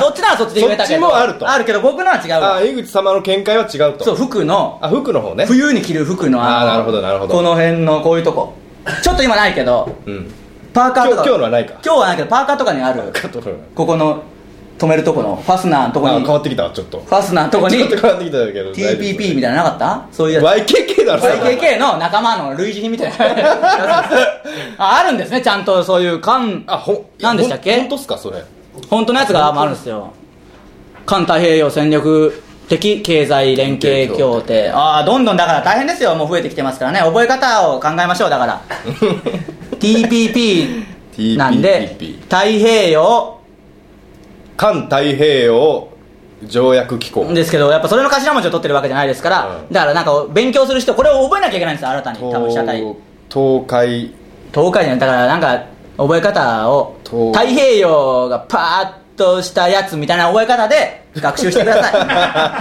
[SPEAKER 1] そっちならそっちで言えたけど
[SPEAKER 2] そっちもあると
[SPEAKER 1] けど僕のは違うわ
[SPEAKER 2] あ江口様の見解は違うと
[SPEAKER 1] そう服の
[SPEAKER 2] あ服の方ね
[SPEAKER 1] 冬に着る服の
[SPEAKER 2] あー
[SPEAKER 1] の
[SPEAKER 2] なるほどなるほど
[SPEAKER 1] この辺のこういうとこちょっと今ないけど
[SPEAKER 2] うん
[SPEAKER 1] パーカーとか
[SPEAKER 2] 今日今日のはないか
[SPEAKER 1] 今日はないけどパーカーとかにある
[SPEAKER 2] カット取る
[SPEAKER 1] ここの止めるとこのファスナーのとこ
[SPEAKER 2] あ
[SPEAKER 1] に
[SPEAKER 2] 変わってきたちょっと
[SPEAKER 1] ファスナーのとこに
[SPEAKER 2] ちょっと変わってきたけど
[SPEAKER 1] TPP みたいなのなかったそういうやつ
[SPEAKER 2] YKK だろそれ
[SPEAKER 1] YKK の仲間の類似品みたいな ああるんですねちゃんとそういう缶
[SPEAKER 2] あほん
[SPEAKER 1] 何でしたっけ
[SPEAKER 2] ほん本当っすかそれ
[SPEAKER 1] 本当のやつがあるんですよ環太平洋戦略的経済連携協定ああどんどんだから大変ですよもう増えてきてますからね覚え方を考えましょうだから TPP なんで
[SPEAKER 2] TPP
[SPEAKER 1] 太平洋
[SPEAKER 2] 環太平洋条約機構
[SPEAKER 1] ですけどやっぱそれの頭文字を取ってるわけじゃないですから、
[SPEAKER 2] うん
[SPEAKER 1] だからなんか勉強する人これを覚えなきゃいけないんですよ新たに多分社体
[SPEAKER 2] 東東海
[SPEAKER 1] 東海じゃないだからなんか覚え方を
[SPEAKER 2] 東
[SPEAKER 1] 太平洋がパーッとしたやつみたいな覚え方で学習してくださ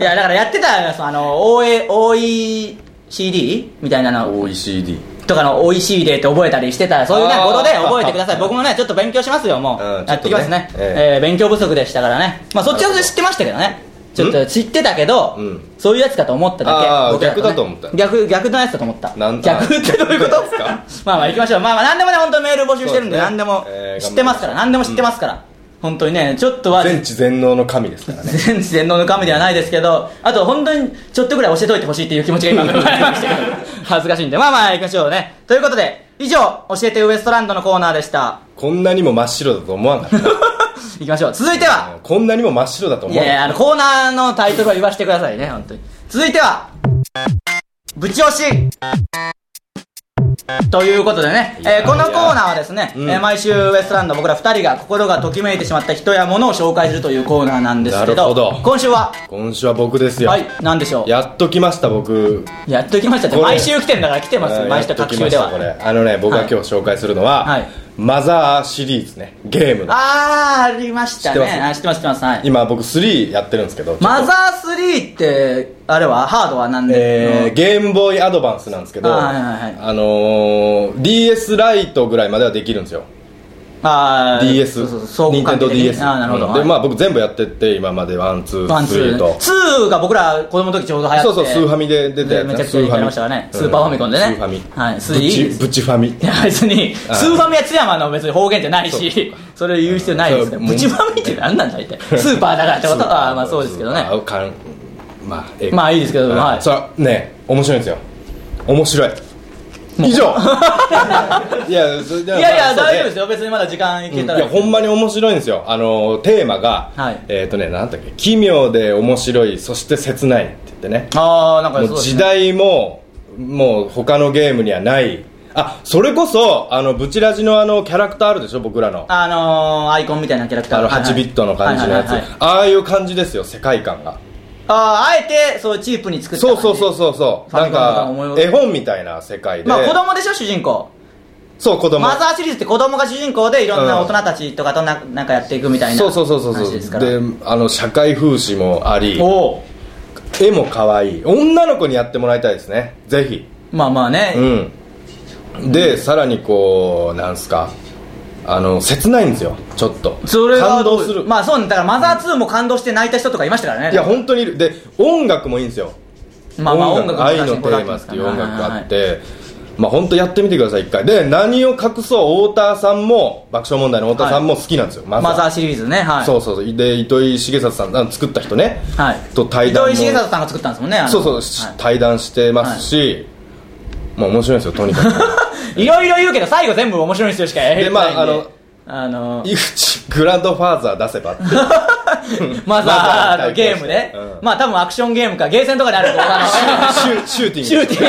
[SPEAKER 1] い いやだからやってたよそのあの OA OECD みたいなの
[SPEAKER 2] OECD
[SPEAKER 1] とかの OECD って覚えたりしてたらそういうね
[SPEAKER 2] あー
[SPEAKER 1] ことで覚えてください僕もねちょっと勉強しますよもう、
[SPEAKER 2] うん
[SPEAKER 1] やってきますね
[SPEAKER 2] ちょっとね
[SPEAKER 1] え
[SPEAKER 2] え
[SPEAKER 1] ー勉強不足でしたからねまあそっちは知ってましたけどねちょっと知ってたけど、
[SPEAKER 2] うん
[SPEAKER 1] そういうやつかと思っただけ
[SPEAKER 2] あー
[SPEAKER 1] 僕らね
[SPEAKER 2] 逆だと思った
[SPEAKER 1] 逆逆のやつだと思った
[SPEAKER 2] なん
[SPEAKER 1] 逆ってどういうこ
[SPEAKER 2] 逆
[SPEAKER 1] と
[SPEAKER 2] です か
[SPEAKER 1] まあまあ行きましょうまあまあ何でもね本当にメール募集してるんで
[SPEAKER 2] そうです
[SPEAKER 1] 何
[SPEAKER 2] ね
[SPEAKER 1] でも
[SPEAKER 2] えー
[SPEAKER 1] 知ってますから何でも知ってますから本当にねちょっとは
[SPEAKER 2] 全知全能の神ですからね
[SPEAKER 1] 全知全能の神ではないですけどあと本当にちょっとぐらい教えといてほしいっていう気持ちが今生まれま したけど恥ずかしいんでまあまあ行きましょうねということで以上教えてウエストランドのコーナーでした
[SPEAKER 2] こんなにも真っ白だと思わんかった
[SPEAKER 1] 行きましょう続いては
[SPEAKER 2] なこんなにも真っ白だと
[SPEAKER 1] い
[SPEAKER 2] 思わ
[SPEAKER 1] や
[SPEAKER 2] ん
[SPEAKER 1] い
[SPEAKER 2] かった
[SPEAKER 1] やあのコーナーのタイトルは言わせてくださいね本当に続いてはぶち押しということでね、
[SPEAKER 2] いや
[SPEAKER 1] えーこのコーナーはですね、
[SPEAKER 2] うん
[SPEAKER 1] えー毎週ウエストランド僕ら2人が心がときめいてしまった人や物を紹介するというコーナーなんですけ
[SPEAKER 2] なる
[SPEAKER 1] ど
[SPEAKER 2] ほど
[SPEAKER 1] 今週は
[SPEAKER 2] 今週は僕ですよ、
[SPEAKER 1] はい何でしょうや
[SPEAKER 2] やっと来ました僕
[SPEAKER 1] っときましたって
[SPEAKER 2] これ
[SPEAKER 1] 毎週来てるんだから来てます
[SPEAKER 2] あ
[SPEAKER 1] よ
[SPEAKER 2] ー
[SPEAKER 1] 毎週
[SPEAKER 2] やっ
[SPEAKER 1] 各
[SPEAKER 2] と
[SPEAKER 1] 週
[SPEAKER 2] 来
[SPEAKER 1] で
[SPEAKER 2] ましたこ
[SPEAKER 1] は
[SPEAKER 2] れあのね僕が今日紹介するのは、
[SPEAKER 1] はい
[SPEAKER 2] マザーシリーズねゲームの
[SPEAKER 1] あーありましたね
[SPEAKER 2] 知ってます
[SPEAKER 1] あ知ってます知ってますはい
[SPEAKER 2] 今僕3やってるんですけどちょっと
[SPEAKER 1] マザー3ってあれはハードは何で
[SPEAKER 2] えー、ゲームボーイアドバンスなんですけど
[SPEAKER 1] はいはいはい
[SPEAKER 2] あのー、DS ライトぐらいまではできるんですよ
[SPEAKER 1] あー
[SPEAKER 2] DS
[SPEAKER 1] そうそうそう
[SPEAKER 2] 任天堂 DS
[SPEAKER 1] ああーなるほど、
[SPEAKER 2] うん
[SPEAKER 1] はい
[SPEAKER 2] でまあ僕全部やってって今までワンツー
[SPEAKER 1] ワンツ
[SPEAKER 2] スリー
[SPEAKER 1] ー
[SPEAKER 2] と
[SPEAKER 1] ツーが僕ら子供の時ちょうど流行って
[SPEAKER 2] そうそうスーファミで出たやつね
[SPEAKER 1] めちゃくちゃ流行りましたからねスーパーファミコンでね
[SPEAKER 2] スーファミ
[SPEAKER 1] はいスー
[SPEAKER 2] ブチ
[SPEAKER 1] いいです
[SPEAKER 2] ブチファミ
[SPEAKER 1] いや別にス
[SPEAKER 2] あー
[SPEAKER 1] ーファミは津山の別に方言じゃないしそれを言う必要ないですけど
[SPEAKER 2] そう
[SPEAKER 1] ブチファミって何なんだい てスーパーだからってことはあーまあそうですけどね
[SPEAKER 2] あかんまあええ
[SPEAKER 1] まあいいですけどはい
[SPEAKER 2] そうね面白いんですよ面白い以上 いやそれで
[SPEAKER 1] いやいや
[SPEAKER 2] まあそう
[SPEAKER 1] 大丈夫
[SPEAKER 2] ね
[SPEAKER 1] ですよ別にまだ時間いけ
[SPEAKER 2] い
[SPEAKER 1] たら
[SPEAKER 2] やほんまに面白いんですよあのテーマが、
[SPEAKER 1] はい
[SPEAKER 2] えっ、とねなんだっけ奇妙で面白いそして切ないって言ってね
[SPEAKER 1] ああなんか
[SPEAKER 2] も
[SPEAKER 1] そう
[SPEAKER 2] う
[SPEAKER 1] です
[SPEAKER 2] 時
[SPEAKER 1] ね
[SPEAKER 2] 代ももう他のゲームにはないあそれこそあのブチラジのあのキャラクターあるでしょ僕らの
[SPEAKER 1] あのーアイコンみたいなキャラクター
[SPEAKER 2] あの
[SPEAKER 1] はいはい
[SPEAKER 2] 8ビットの感じのやつ
[SPEAKER 1] はいはいはい
[SPEAKER 2] ああいう感じですよ世界観が
[SPEAKER 1] あーあえてそうチープに作った
[SPEAKER 2] そうそうそううそうそう
[SPEAKER 1] ファ
[SPEAKER 2] な
[SPEAKER 1] ミ
[SPEAKER 2] ん
[SPEAKER 1] コンとか思い
[SPEAKER 2] か
[SPEAKER 1] 出す
[SPEAKER 2] 絵本みたいな世界で、
[SPEAKER 1] まあ子供でしょ主人公
[SPEAKER 2] そう子供
[SPEAKER 1] マザーシリーズって子供が主人公でいろんな大人たちとかとななんかやっていくみたいな
[SPEAKER 2] そうそうそうそう
[SPEAKER 1] 話
[SPEAKER 2] そう
[SPEAKER 1] ですから
[SPEAKER 2] であの社会風刺もあり
[SPEAKER 1] おお
[SPEAKER 2] 絵も可愛い女の子にやってもらいたいですねぜひ
[SPEAKER 1] まあまあね、
[SPEAKER 2] うんでさらにこうなんすかあの切ないんですよちょっと
[SPEAKER 1] それは
[SPEAKER 2] 感
[SPEAKER 1] どう
[SPEAKER 2] 動する、
[SPEAKER 1] まあそうねだからマザー2も感動して泣いた人とかいましたからね
[SPEAKER 2] いや本当にいるで音楽もいいんですよ
[SPEAKER 1] まあまあ音楽
[SPEAKER 2] 愛の
[SPEAKER 1] 確か
[SPEAKER 2] テ
[SPEAKER 1] にこだわ
[SPEAKER 2] ー
[SPEAKER 1] ってま
[SPEAKER 2] マっ
[SPEAKER 1] す
[SPEAKER 2] て
[SPEAKER 1] か
[SPEAKER 2] い
[SPEAKER 1] ら
[SPEAKER 2] う音楽があっ
[SPEAKER 1] は
[SPEAKER 2] てまあ本当やってみてください一回で何を隠そう太田さんも爆笑問題の太田さんも好きなんですよ、
[SPEAKER 1] いはいマザ
[SPEAKER 2] ー
[SPEAKER 1] ーシリーズねはい
[SPEAKER 2] そうそうそうで糸井重里さんあの作った人ね、
[SPEAKER 1] はい
[SPEAKER 2] と対談も
[SPEAKER 1] 糸井重里さんが作ったんですもんねあの
[SPEAKER 2] そうそう、
[SPEAKER 1] は
[SPEAKER 2] 対談してますし、まあ面白いんですよとにかく
[SPEAKER 1] いいろいろ言うけど最後全部面白いですよしかやりたいんで
[SPEAKER 2] まああの
[SPEAKER 1] あの
[SPEAKER 2] 井口グランドファーザー出せばって
[SPEAKER 1] マザーのゲーム
[SPEAKER 2] ね
[SPEAKER 1] ね、まあ多分アクションゲームかゲーセンとかであるあ
[SPEAKER 2] シュシューティング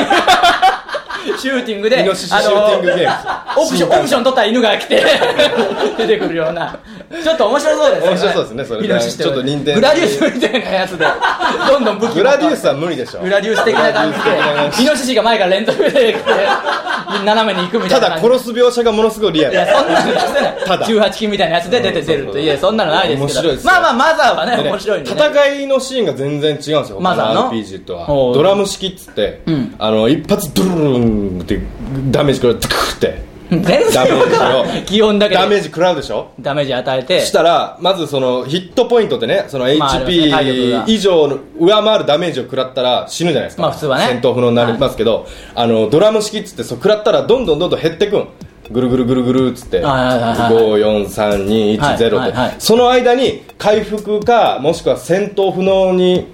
[SPEAKER 1] のシ ューティングシューティングで
[SPEAKER 2] イノシシシューティングゲーム
[SPEAKER 1] あのオプションオプション取ったら犬が来 て出てくるようなちょっと面白そうですよ
[SPEAKER 2] 面白そうですねそれね
[SPEAKER 1] イノシシて
[SPEAKER 2] ちょっと任天堂
[SPEAKER 1] グラディウスみたいなや つでどんどん武器
[SPEAKER 2] グラディウス
[SPEAKER 1] は
[SPEAKER 2] は無理でしょ
[SPEAKER 1] グラディウス的な感じ
[SPEAKER 2] グラディウス的な感
[SPEAKER 1] でイノシシが前から連続で来て斜めに行くみた
[SPEAKER 2] た
[SPEAKER 1] いな
[SPEAKER 2] だ
[SPEAKER 1] 感じ
[SPEAKER 2] 殺す描写がものすごいリア
[SPEAKER 1] いや
[SPEAKER 2] ル
[SPEAKER 1] そんなの出せない
[SPEAKER 2] ただ
[SPEAKER 1] 18金みたいなやつで出て出るといやそんなのないですけど
[SPEAKER 2] 面白いですよ
[SPEAKER 1] まあまあマザーはね
[SPEAKER 2] でね
[SPEAKER 1] 面白いんで、ね、
[SPEAKER 2] 戦いのシーンが全然違うんですよ
[SPEAKER 1] マザーの
[SPEAKER 2] 他 RPG とは
[SPEAKER 1] おう
[SPEAKER 2] ドラム式っつって、
[SPEAKER 1] ん
[SPEAKER 2] あの一発ドゥルルンってダメージ食らうドクッて
[SPEAKER 1] 全然
[SPEAKER 2] ダメ
[SPEAKER 1] わか
[SPEAKER 2] ー
[SPEAKER 1] ら
[SPEAKER 2] ジ
[SPEAKER 1] ん
[SPEAKER 2] を
[SPEAKER 1] 気温だけで
[SPEAKER 2] ダメージ食らうでしょ
[SPEAKER 1] ダメージ与えて
[SPEAKER 2] したらまずそのヒットポイントってねその
[SPEAKER 1] まあありますね体力が
[SPEAKER 2] HP 以上の上回るダメージを食らったら死ぬじゃないですか、
[SPEAKER 1] まあ普通はね
[SPEAKER 2] 戦闘不能になりますけど、あのドラム式っつってそう食らったらどんどんどんどん減ってくんぐるぐるぐるぐるっつって
[SPEAKER 1] はいはいはいはい
[SPEAKER 2] 54321ゼロっ
[SPEAKER 1] はい
[SPEAKER 2] て
[SPEAKER 1] はいはい
[SPEAKER 2] その間に回復かもしくは戦闘不能に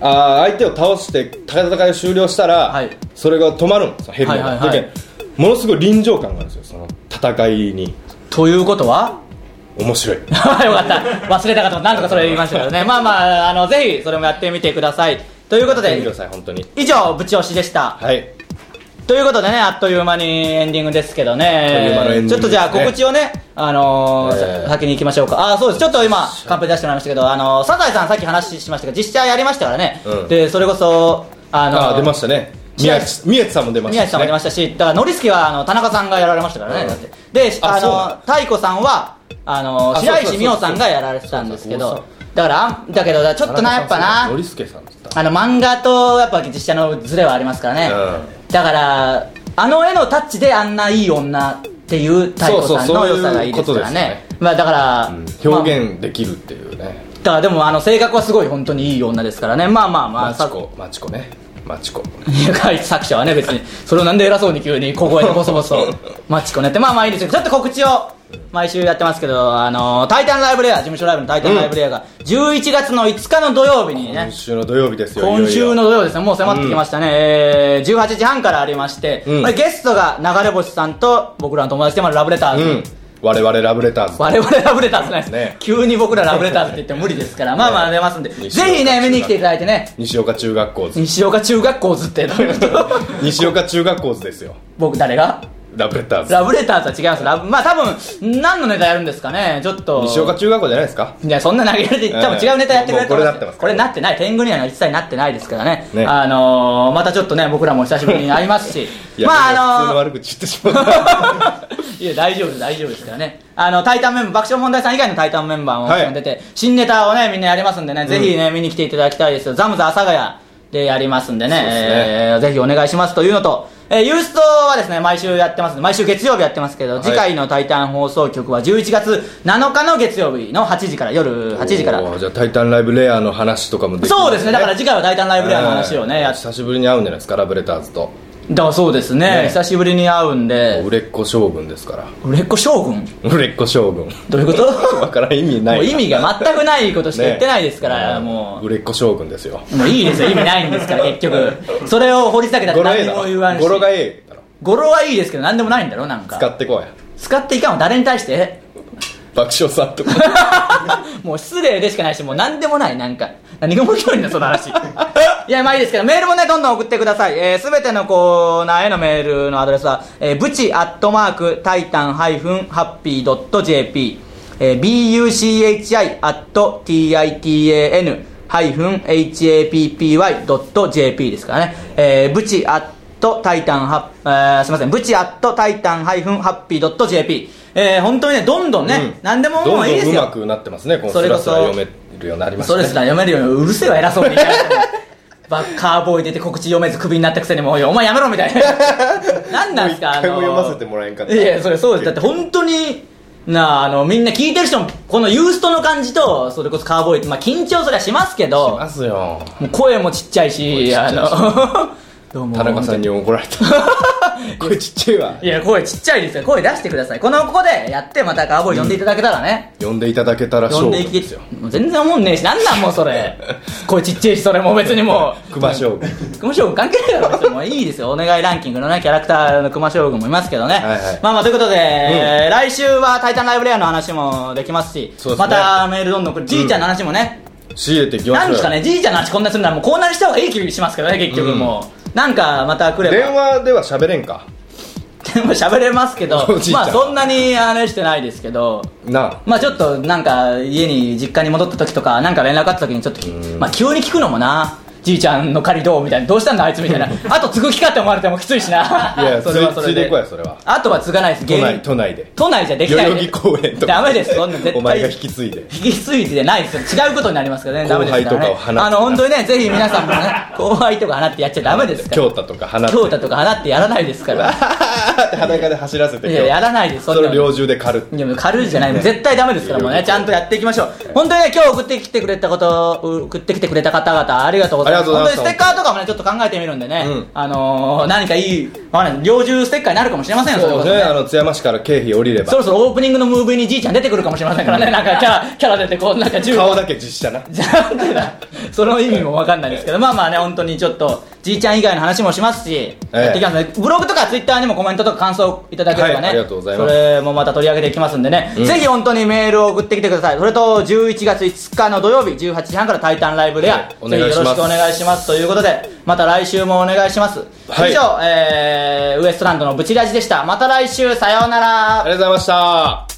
[SPEAKER 2] あー相手を倒して戦いを終了したら、
[SPEAKER 1] はい
[SPEAKER 2] それが止まるんですよヘビ
[SPEAKER 1] は
[SPEAKER 2] の、
[SPEAKER 1] いはいはい
[SPEAKER 2] だけどものすごい臨場感があるんですよその戦いに
[SPEAKER 1] ということは
[SPEAKER 2] 面白い
[SPEAKER 1] よかった忘れたかとなんとかそれ言いましたけどねまあまああのぜひそれもやってみてくださいということ
[SPEAKER 2] 見てくだ
[SPEAKER 1] で
[SPEAKER 2] さい本当に
[SPEAKER 1] 以上ぶち押しでした
[SPEAKER 2] はい
[SPEAKER 1] ということでねあっという間にエンディングですけど
[SPEAKER 2] あっという間のエンデ
[SPEAKER 1] ね
[SPEAKER 2] ィング
[SPEAKER 1] ちょっとじゃあ
[SPEAKER 2] ですね
[SPEAKER 1] 告知をねあのー
[SPEAKER 2] えー
[SPEAKER 1] さ先に行きましょうかあーそうですちょっと今カンペ出してもらいましたけどあのーサザエさんさっき話しましたけど実写やりましたからね
[SPEAKER 2] うん
[SPEAKER 1] でそれこそあのー
[SPEAKER 2] あー出ましたね宮地宮地さんも出ました
[SPEAKER 1] 宮地さんも出ま
[SPEAKER 2] し
[SPEAKER 1] したし、だから、ノリスケはあの田中さんがやられましたからね、
[SPEAKER 2] うん
[SPEAKER 1] だってで、
[SPEAKER 2] あそうな
[SPEAKER 1] あの太子さんはあの
[SPEAKER 2] あ
[SPEAKER 1] 白
[SPEAKER 2] そうそ
[SPEAKER 1] 石
[SPEAKER 2] うそう
[SPEAKER 1] 美穂さんがやられてたんですけ
[SPEAKER 2] そうそ
[SPEAKER 1] ど
[SPEAKER 2] う、
[SPEAKER 1] だから、あんだけど、だからちょっとな、やっぱな
[SPEAKER 2] ノ、リスケさんだった
[SPEAKER 1] あの漫画とやっぱ実写のズレはありますからね、
[SPEAKER 2] う
[SPEAKER 1] だから、あの絵のタッチであんないい女っていう太子さん
[SPEAKER 2] そうそう
[SPEAKER 1] の
[SPEAKER 2] そういう
[SPEAKER 1] 良さがいいですからね、
[SPEAKER 2] こと
[SPEAKER 1] まあ、だから、
[SPEAKER 2] 表
[SPEAKER 1] まあ
[SPEAKER 2] 現できるっていうね、
[SPEAKER 1] だからでもあの性格はすごい本当にいい女ですからね、まあまあまあ、
[SPEAKER 2] マチコマチコねマチコ
[SPEAKER 1] いや書い作者はね別にそれをなんで偉そうに急に小声でボソボソマッチコねってまあまあいいですよちょっと告知を毎週やってますけど「あのタイタンライブレア」事務所ライブの「タイタンライブレア」が11月の5日の土曜日にね
[SPEAKER 2] 今週の土曜日ですよ
[SPEAKER 1] 今週
[SPEAKER 2] いよい
[SPEAKER 1] の
[SPEAKER 2] よ
[SPEAKER 1] 土曜ですねもう迫ってきましたね、えー18時半からありまして、
[SPEAKER 2] うん
[SPEAKER 1] これゲストが流れ星さんと僕らの友達でもあるラブレターズ、
[SPEAKER 2] うん我々ラブレターズ
[SPEAKER 1] 我々ラブレターズなんですね
[SPEAKER 2] ね
[SPEAKER 1] 急に僕らラブレターズって言っても無理ですからまあまあ出ますんで、
[SPEAKER 2] ね
[SPEAKER 1] ぜひね見に来ていただいてね
[SPEAKER 2] 西岡中学校 図
[SPEAKER 1] 西岡中学校ずってどういうこと
[SPEAKER 2] 西岡中学校図ですよ
[SPEAKER 1] 僕誰が
[SPEAKER 2] ラブレターズ
[SPEAKER 1] ラブレターとは違います。ラブまあ多分、何のネタやるんですかね、ちょっと。
[SPEAKER 2] 西岡中学校じゃないですか
[SPEAKER 1] いや、そんな投げられて、
[SPEAKER 2] ええ
[SPEAKER 1] 多分違うネタやってくれると思い
[SPEAKER 2] もうこれなってますから
[SPEAKER 1] これなってない。天狗には一切なってないですからね。
[SPEAKER 2] ね。
[SPEAKER 1] あのー、またちょっとね、僕らも久しぶりに会いますし
[SPEAKER 2] や
[SPEAKER 1] ま
[SPEAKER 2] 普通の
[SPEAKER 1] ああの
[SPEAKER 2] 悪口言ってし まった
[SPEAKER 1] ー、いや、大丈夫です、大丈夫ですからね。あの、タイタンメンバー、爆笑問題さん以外のタイタンメンバーも
[SPEAKER 2] はい
[SPEAKER 1] 呼んでて、新ネタをね、みんなやりますんでね、ぜひね、見に来ていただきたいですよ。ザムザ阿佐ヶ谷でやりますんでね、
[SPEAKER 2] そうですね
[SPEAKER 1] えーぜひお願いしますというのと、えーユーストはですね、毎週やってますんで毎週月曜日やってますけど、
[SPEAKER 2] い
[SPEAKER 1] 次回の「タイタン」放送局は11月7日の月曜日の8時から夜8時から
[SPEAKER 2] おーじゃあ「タイタンライブレア」の話とかもできる
[SPEAKER 1] そうですねだから次回は「タイタンライブレア」の話を
[SPEAKER 2] え
[SPEAKER 1] ね
[SPEAKER 2] ー
[SPEAKER 1] やっ
[SPEAKER 2] 久しぶりに会うんじゃないですかラブレターズと
[SPEAKER 1] だからそうですね
[SPEAKER 2] ね
[SPEAKER 1] 久しぶりに会うんで
[SPEAKER 2] 売れっ子将軍ですから
[SPEAKER 1] 売れっ子将軍
[SPEAKER 2] 売れっ子将軍
[SPEAKER 1] どういうこと
[SPEAKER 2] わからん意味ない
[SPEAKER 1] もう意味が全くないことしか言ってないですから、
[SPEAKER 2] ね
[SPEAKER 1] もう
[SPEAKER 2] 売れっ子将軍ですよ
[SPEAKER 1] もういいですよ意味ないんです から結局それを掘り下げたら
[SPEAKER 2] 語呂ええ
[SPEAKER 1] 何
[SPEAKER 2] だ
[SPEAKER 1] も言わん
[SPEAKER 2] ろ
[SPEAKER 1] し
[SPEAKER 2] 語呂がええだろ
[SPEAKER 1] 語呂はいいですけど何でもないんだろなんか
[SPEAKER 2] 使ってこうや
[SPEAKER 1] 使っていかんわ誰に対して
[SPEAKER 2] 爆笑さんとか
[SPEAKER 1] もう失礼でしかないし、もう何でもない、なんか。何が面白いんだ、その話。 いや、まあいいですけど、メールもね、どんどん送ってください。えー、すべてのコーナーへのメールのアドレスは、えー、ぶちアットマーク、タイタンハイフン、ハッピードット JP、えー、buchi アット titan ハイフン、happy ドット JP ですからね。えー、ぶちアッとタイタンハッ、えー、すみません、ブチアットタイタンハイフンハッピードット JP。えー、本当にね、どんどんね、
[SPEAKER 2] うん
[SPEAKER 1] 何でも
[SPEAKER 2] ど
[SPEAKER 1] も
[SPEAKER 2] ん
[SPEAKER 1] ういいです
[SPEAKER 2] どん
[SPEAKER 1] よ。
[SPEAKER 2] うまくなってますねこの
[SPEAKER 1] それ
[SPEAKER 2] ス
[SPEAKER 1] こ
[SPEAKER 2] ラ
[SPEAKER 1] そ
[SPEAKER 2] スラ読めるようになりまし
[SPEAKER 1] そう
[SPEAKER 2] たね
[SPEAKER 1] ですな読めるようにうるせえわ偉そうに バッカーボーイ出て告知読めずクビになったくせにもうお前やめろみたいな 何なんすか
[SPEAKER 2] もう一回も
[SPEAKER 1] あの
[SPEAKER 2] 読ませてもらえんかった
[SPEAKER 1] いやいやそれそうですだって本当になああのみんな聞いてる人もこのユーストの感じとそれこそカーボーイって、まあ、緊張そりゃしますけど
[SPEAKER 2] ますよ
[SPEAKER 1] もう声もちっちゃいし
[SPEAKER 2] 声ちっちゃいし
[SPEAKER 1] あの どうも
[SPEAKER 2] 田中さんに怒られたこれちっちゃいわ
[SPEAKER 1] いや声ちっちゃいですよ声出してくださいこのここでやってまたカーボーイ呼んでいただけたらね、
[SPEAKER 2] 呼んでいただけたら
[SPEAKER 1] 呼
[SPEAKER 2] 勝
[SPEAKER 1] ん
[SPEAKER 2] 負
[SPEAKER 1] でいき
[SPEAKER 2] ですよ
[SPEAKER 1] もう全然思んねえしなんなんもうそれ声ちっちゃいしそれもう別にもう
[SPEAKER 2] 熊将軍
[SPEAKER 1] 熊将軍関係ないだろ別にもういいですよお願いランキングのねキャラクターの熊将軍もいますけどね
[SPEAKER 2] はいはい
[SPEAKER 1] まあまあということで、えー来週は「タイタンライブレア」の話もできますし
[SPEAKER 2] そうです
[SPEAKER 1] ま
[SPEAKER 2] ね
[SPEAKER 1] たメールどんどんこれじいちゃんの話もね、
[SPEAKER 2] 仕入れていきま
[SPEAKER 1] なん
[SPEAKER 2] しょ
[SPEAKER 1] で
[SPEAKER 2] う
[SPEAKER 1] すかねじいちゃんの話こんなにするならもうコーナーにした方がいい気しますけどね結局もう、なんかまた来れば
[SPEAKER 2] 電話では喋れんか
[SPEAKER 1] でも喋れますけど
[SPEAKER 2] おじいちゃ
[SPEAKER 1] ま
[SPEAKER 2] ん
[SPEAKER 1] あそんなにあれしてないですけど
[SPEAKER 2] なあ
[SPEAKER 1] まあちょっとなんか家に実家に戻った時とかなんか連絡あった時にちょっときまあ急に聞くのもなじいちゃんの借りどうみたい などうしたんだあいつみたいなあと継ぐ気かって思われてもきついしない
[SPEAKER 2] や
[SPEAKER 1] それはそ
[SPEAKER 2] つ
[SPEAKER 1] れ
[SPEAKER 2] いで
[SPEAKER 1] で
[SPEAKER 2] いこうやそれは
[SPEAKER 1] あとは継がないです
[SPEAKER 2] 都内
[SPEAKER 1] 芸
[SPEAKER 2] 都内で
[SPEAKER 1] 都内じゃできな
[SPEAKER 2] 代
[SPEAKER 1] い
[SPEAKER 2] 々木公園とか
[SPEAKER 1] ダメですそんな絶対
[SPEAKER 2] お前が引き継いで
[SPEAKER 1] 引き継いでないですよ違うことになりますからねダメですから
[SPEAKER 2] 後輩
[SPEAKER 1] ね
[SPEAKER 2] とかを放って
[SPEAKER 1] あの本当にねぜひ皆さんもね後輩とか放ってやっちゃダメですから
[SPEAKER 2] 京太とか花
[SPEAKER 1] 京太とか放ってやらないですから
[SPEAKER 2] って裸で走らせて
[SPEAKER 1] いややらないです
[SPEAKER 2] そ
[SPEAKER 1] んな
[SPEAKER 2] れを
[SPEAKER 1] の
[SPEAKER 2] 猟銃で狩る
[SPEAKER 1] いやもう軽いじゃないもう絶対ダメですからもうねちゃんとやっていきましょう本当にね今日送ってきてくれたことう送ってきてくれた方々ありがとうございます
[SPEAKER 2] ありがとうございます
[SPEAKER 1] 本当にステッカーとかもねちょっと考えてみるんでね、
[SPEAKER 2] うん
[SPEAKER 1] あのー、何かいいわかんない猟銃ステッカーになるかもしれませんよそれ
[SPEAKER 2] そ
[SPEAKER 1] こ
[SPEAKER 2] う
[SPEAKER 1] そ
[SPEAKER 2] ね
[SPEAKER 1] ね
[SPEAKER 2] あの津山市から経費降りれば
[SPEAKER 1] そろそろオープニングのムービーにじいちゃん出てくるかもしれませんからね、なんかキャラ、キャラ出てこう、なんか銃
[SPEAKER 2] 顔だけ実写な
[SPEAKER 1] じゃあなその意味もわかんないですけどまあまあね本当にちょっとじいちゃん以外の話もしますし、やっていきますのでブログとかツイッターにもコメントとか感想いただければね、
[SPEAKER 2] はいありがとうございます
[SPEAKER 1] それもまた取り上げていきますんでね、ぜひ本当にメールを送ってきてくださいそれと11月5日の土曜日18時半から「タイタンライブレア」
[SPEAKER 2] はいお
[SPEAKER 1] ぜ
[SPEAKER 2] 願
[SPEAKER 1] ひ
[SPEAKER 2] い
[SPEAKER 1] よろ
[SPEAKER 2] します
[SPEAKER 1] しくお願いしますということでまた来週もお願いします、
[SPEAKER 2] はい
[SPEAKER 1] 以上、えーウエストランドのブチラジでしたまた来週さようなら
[SPEAKER 2] ありがとうございました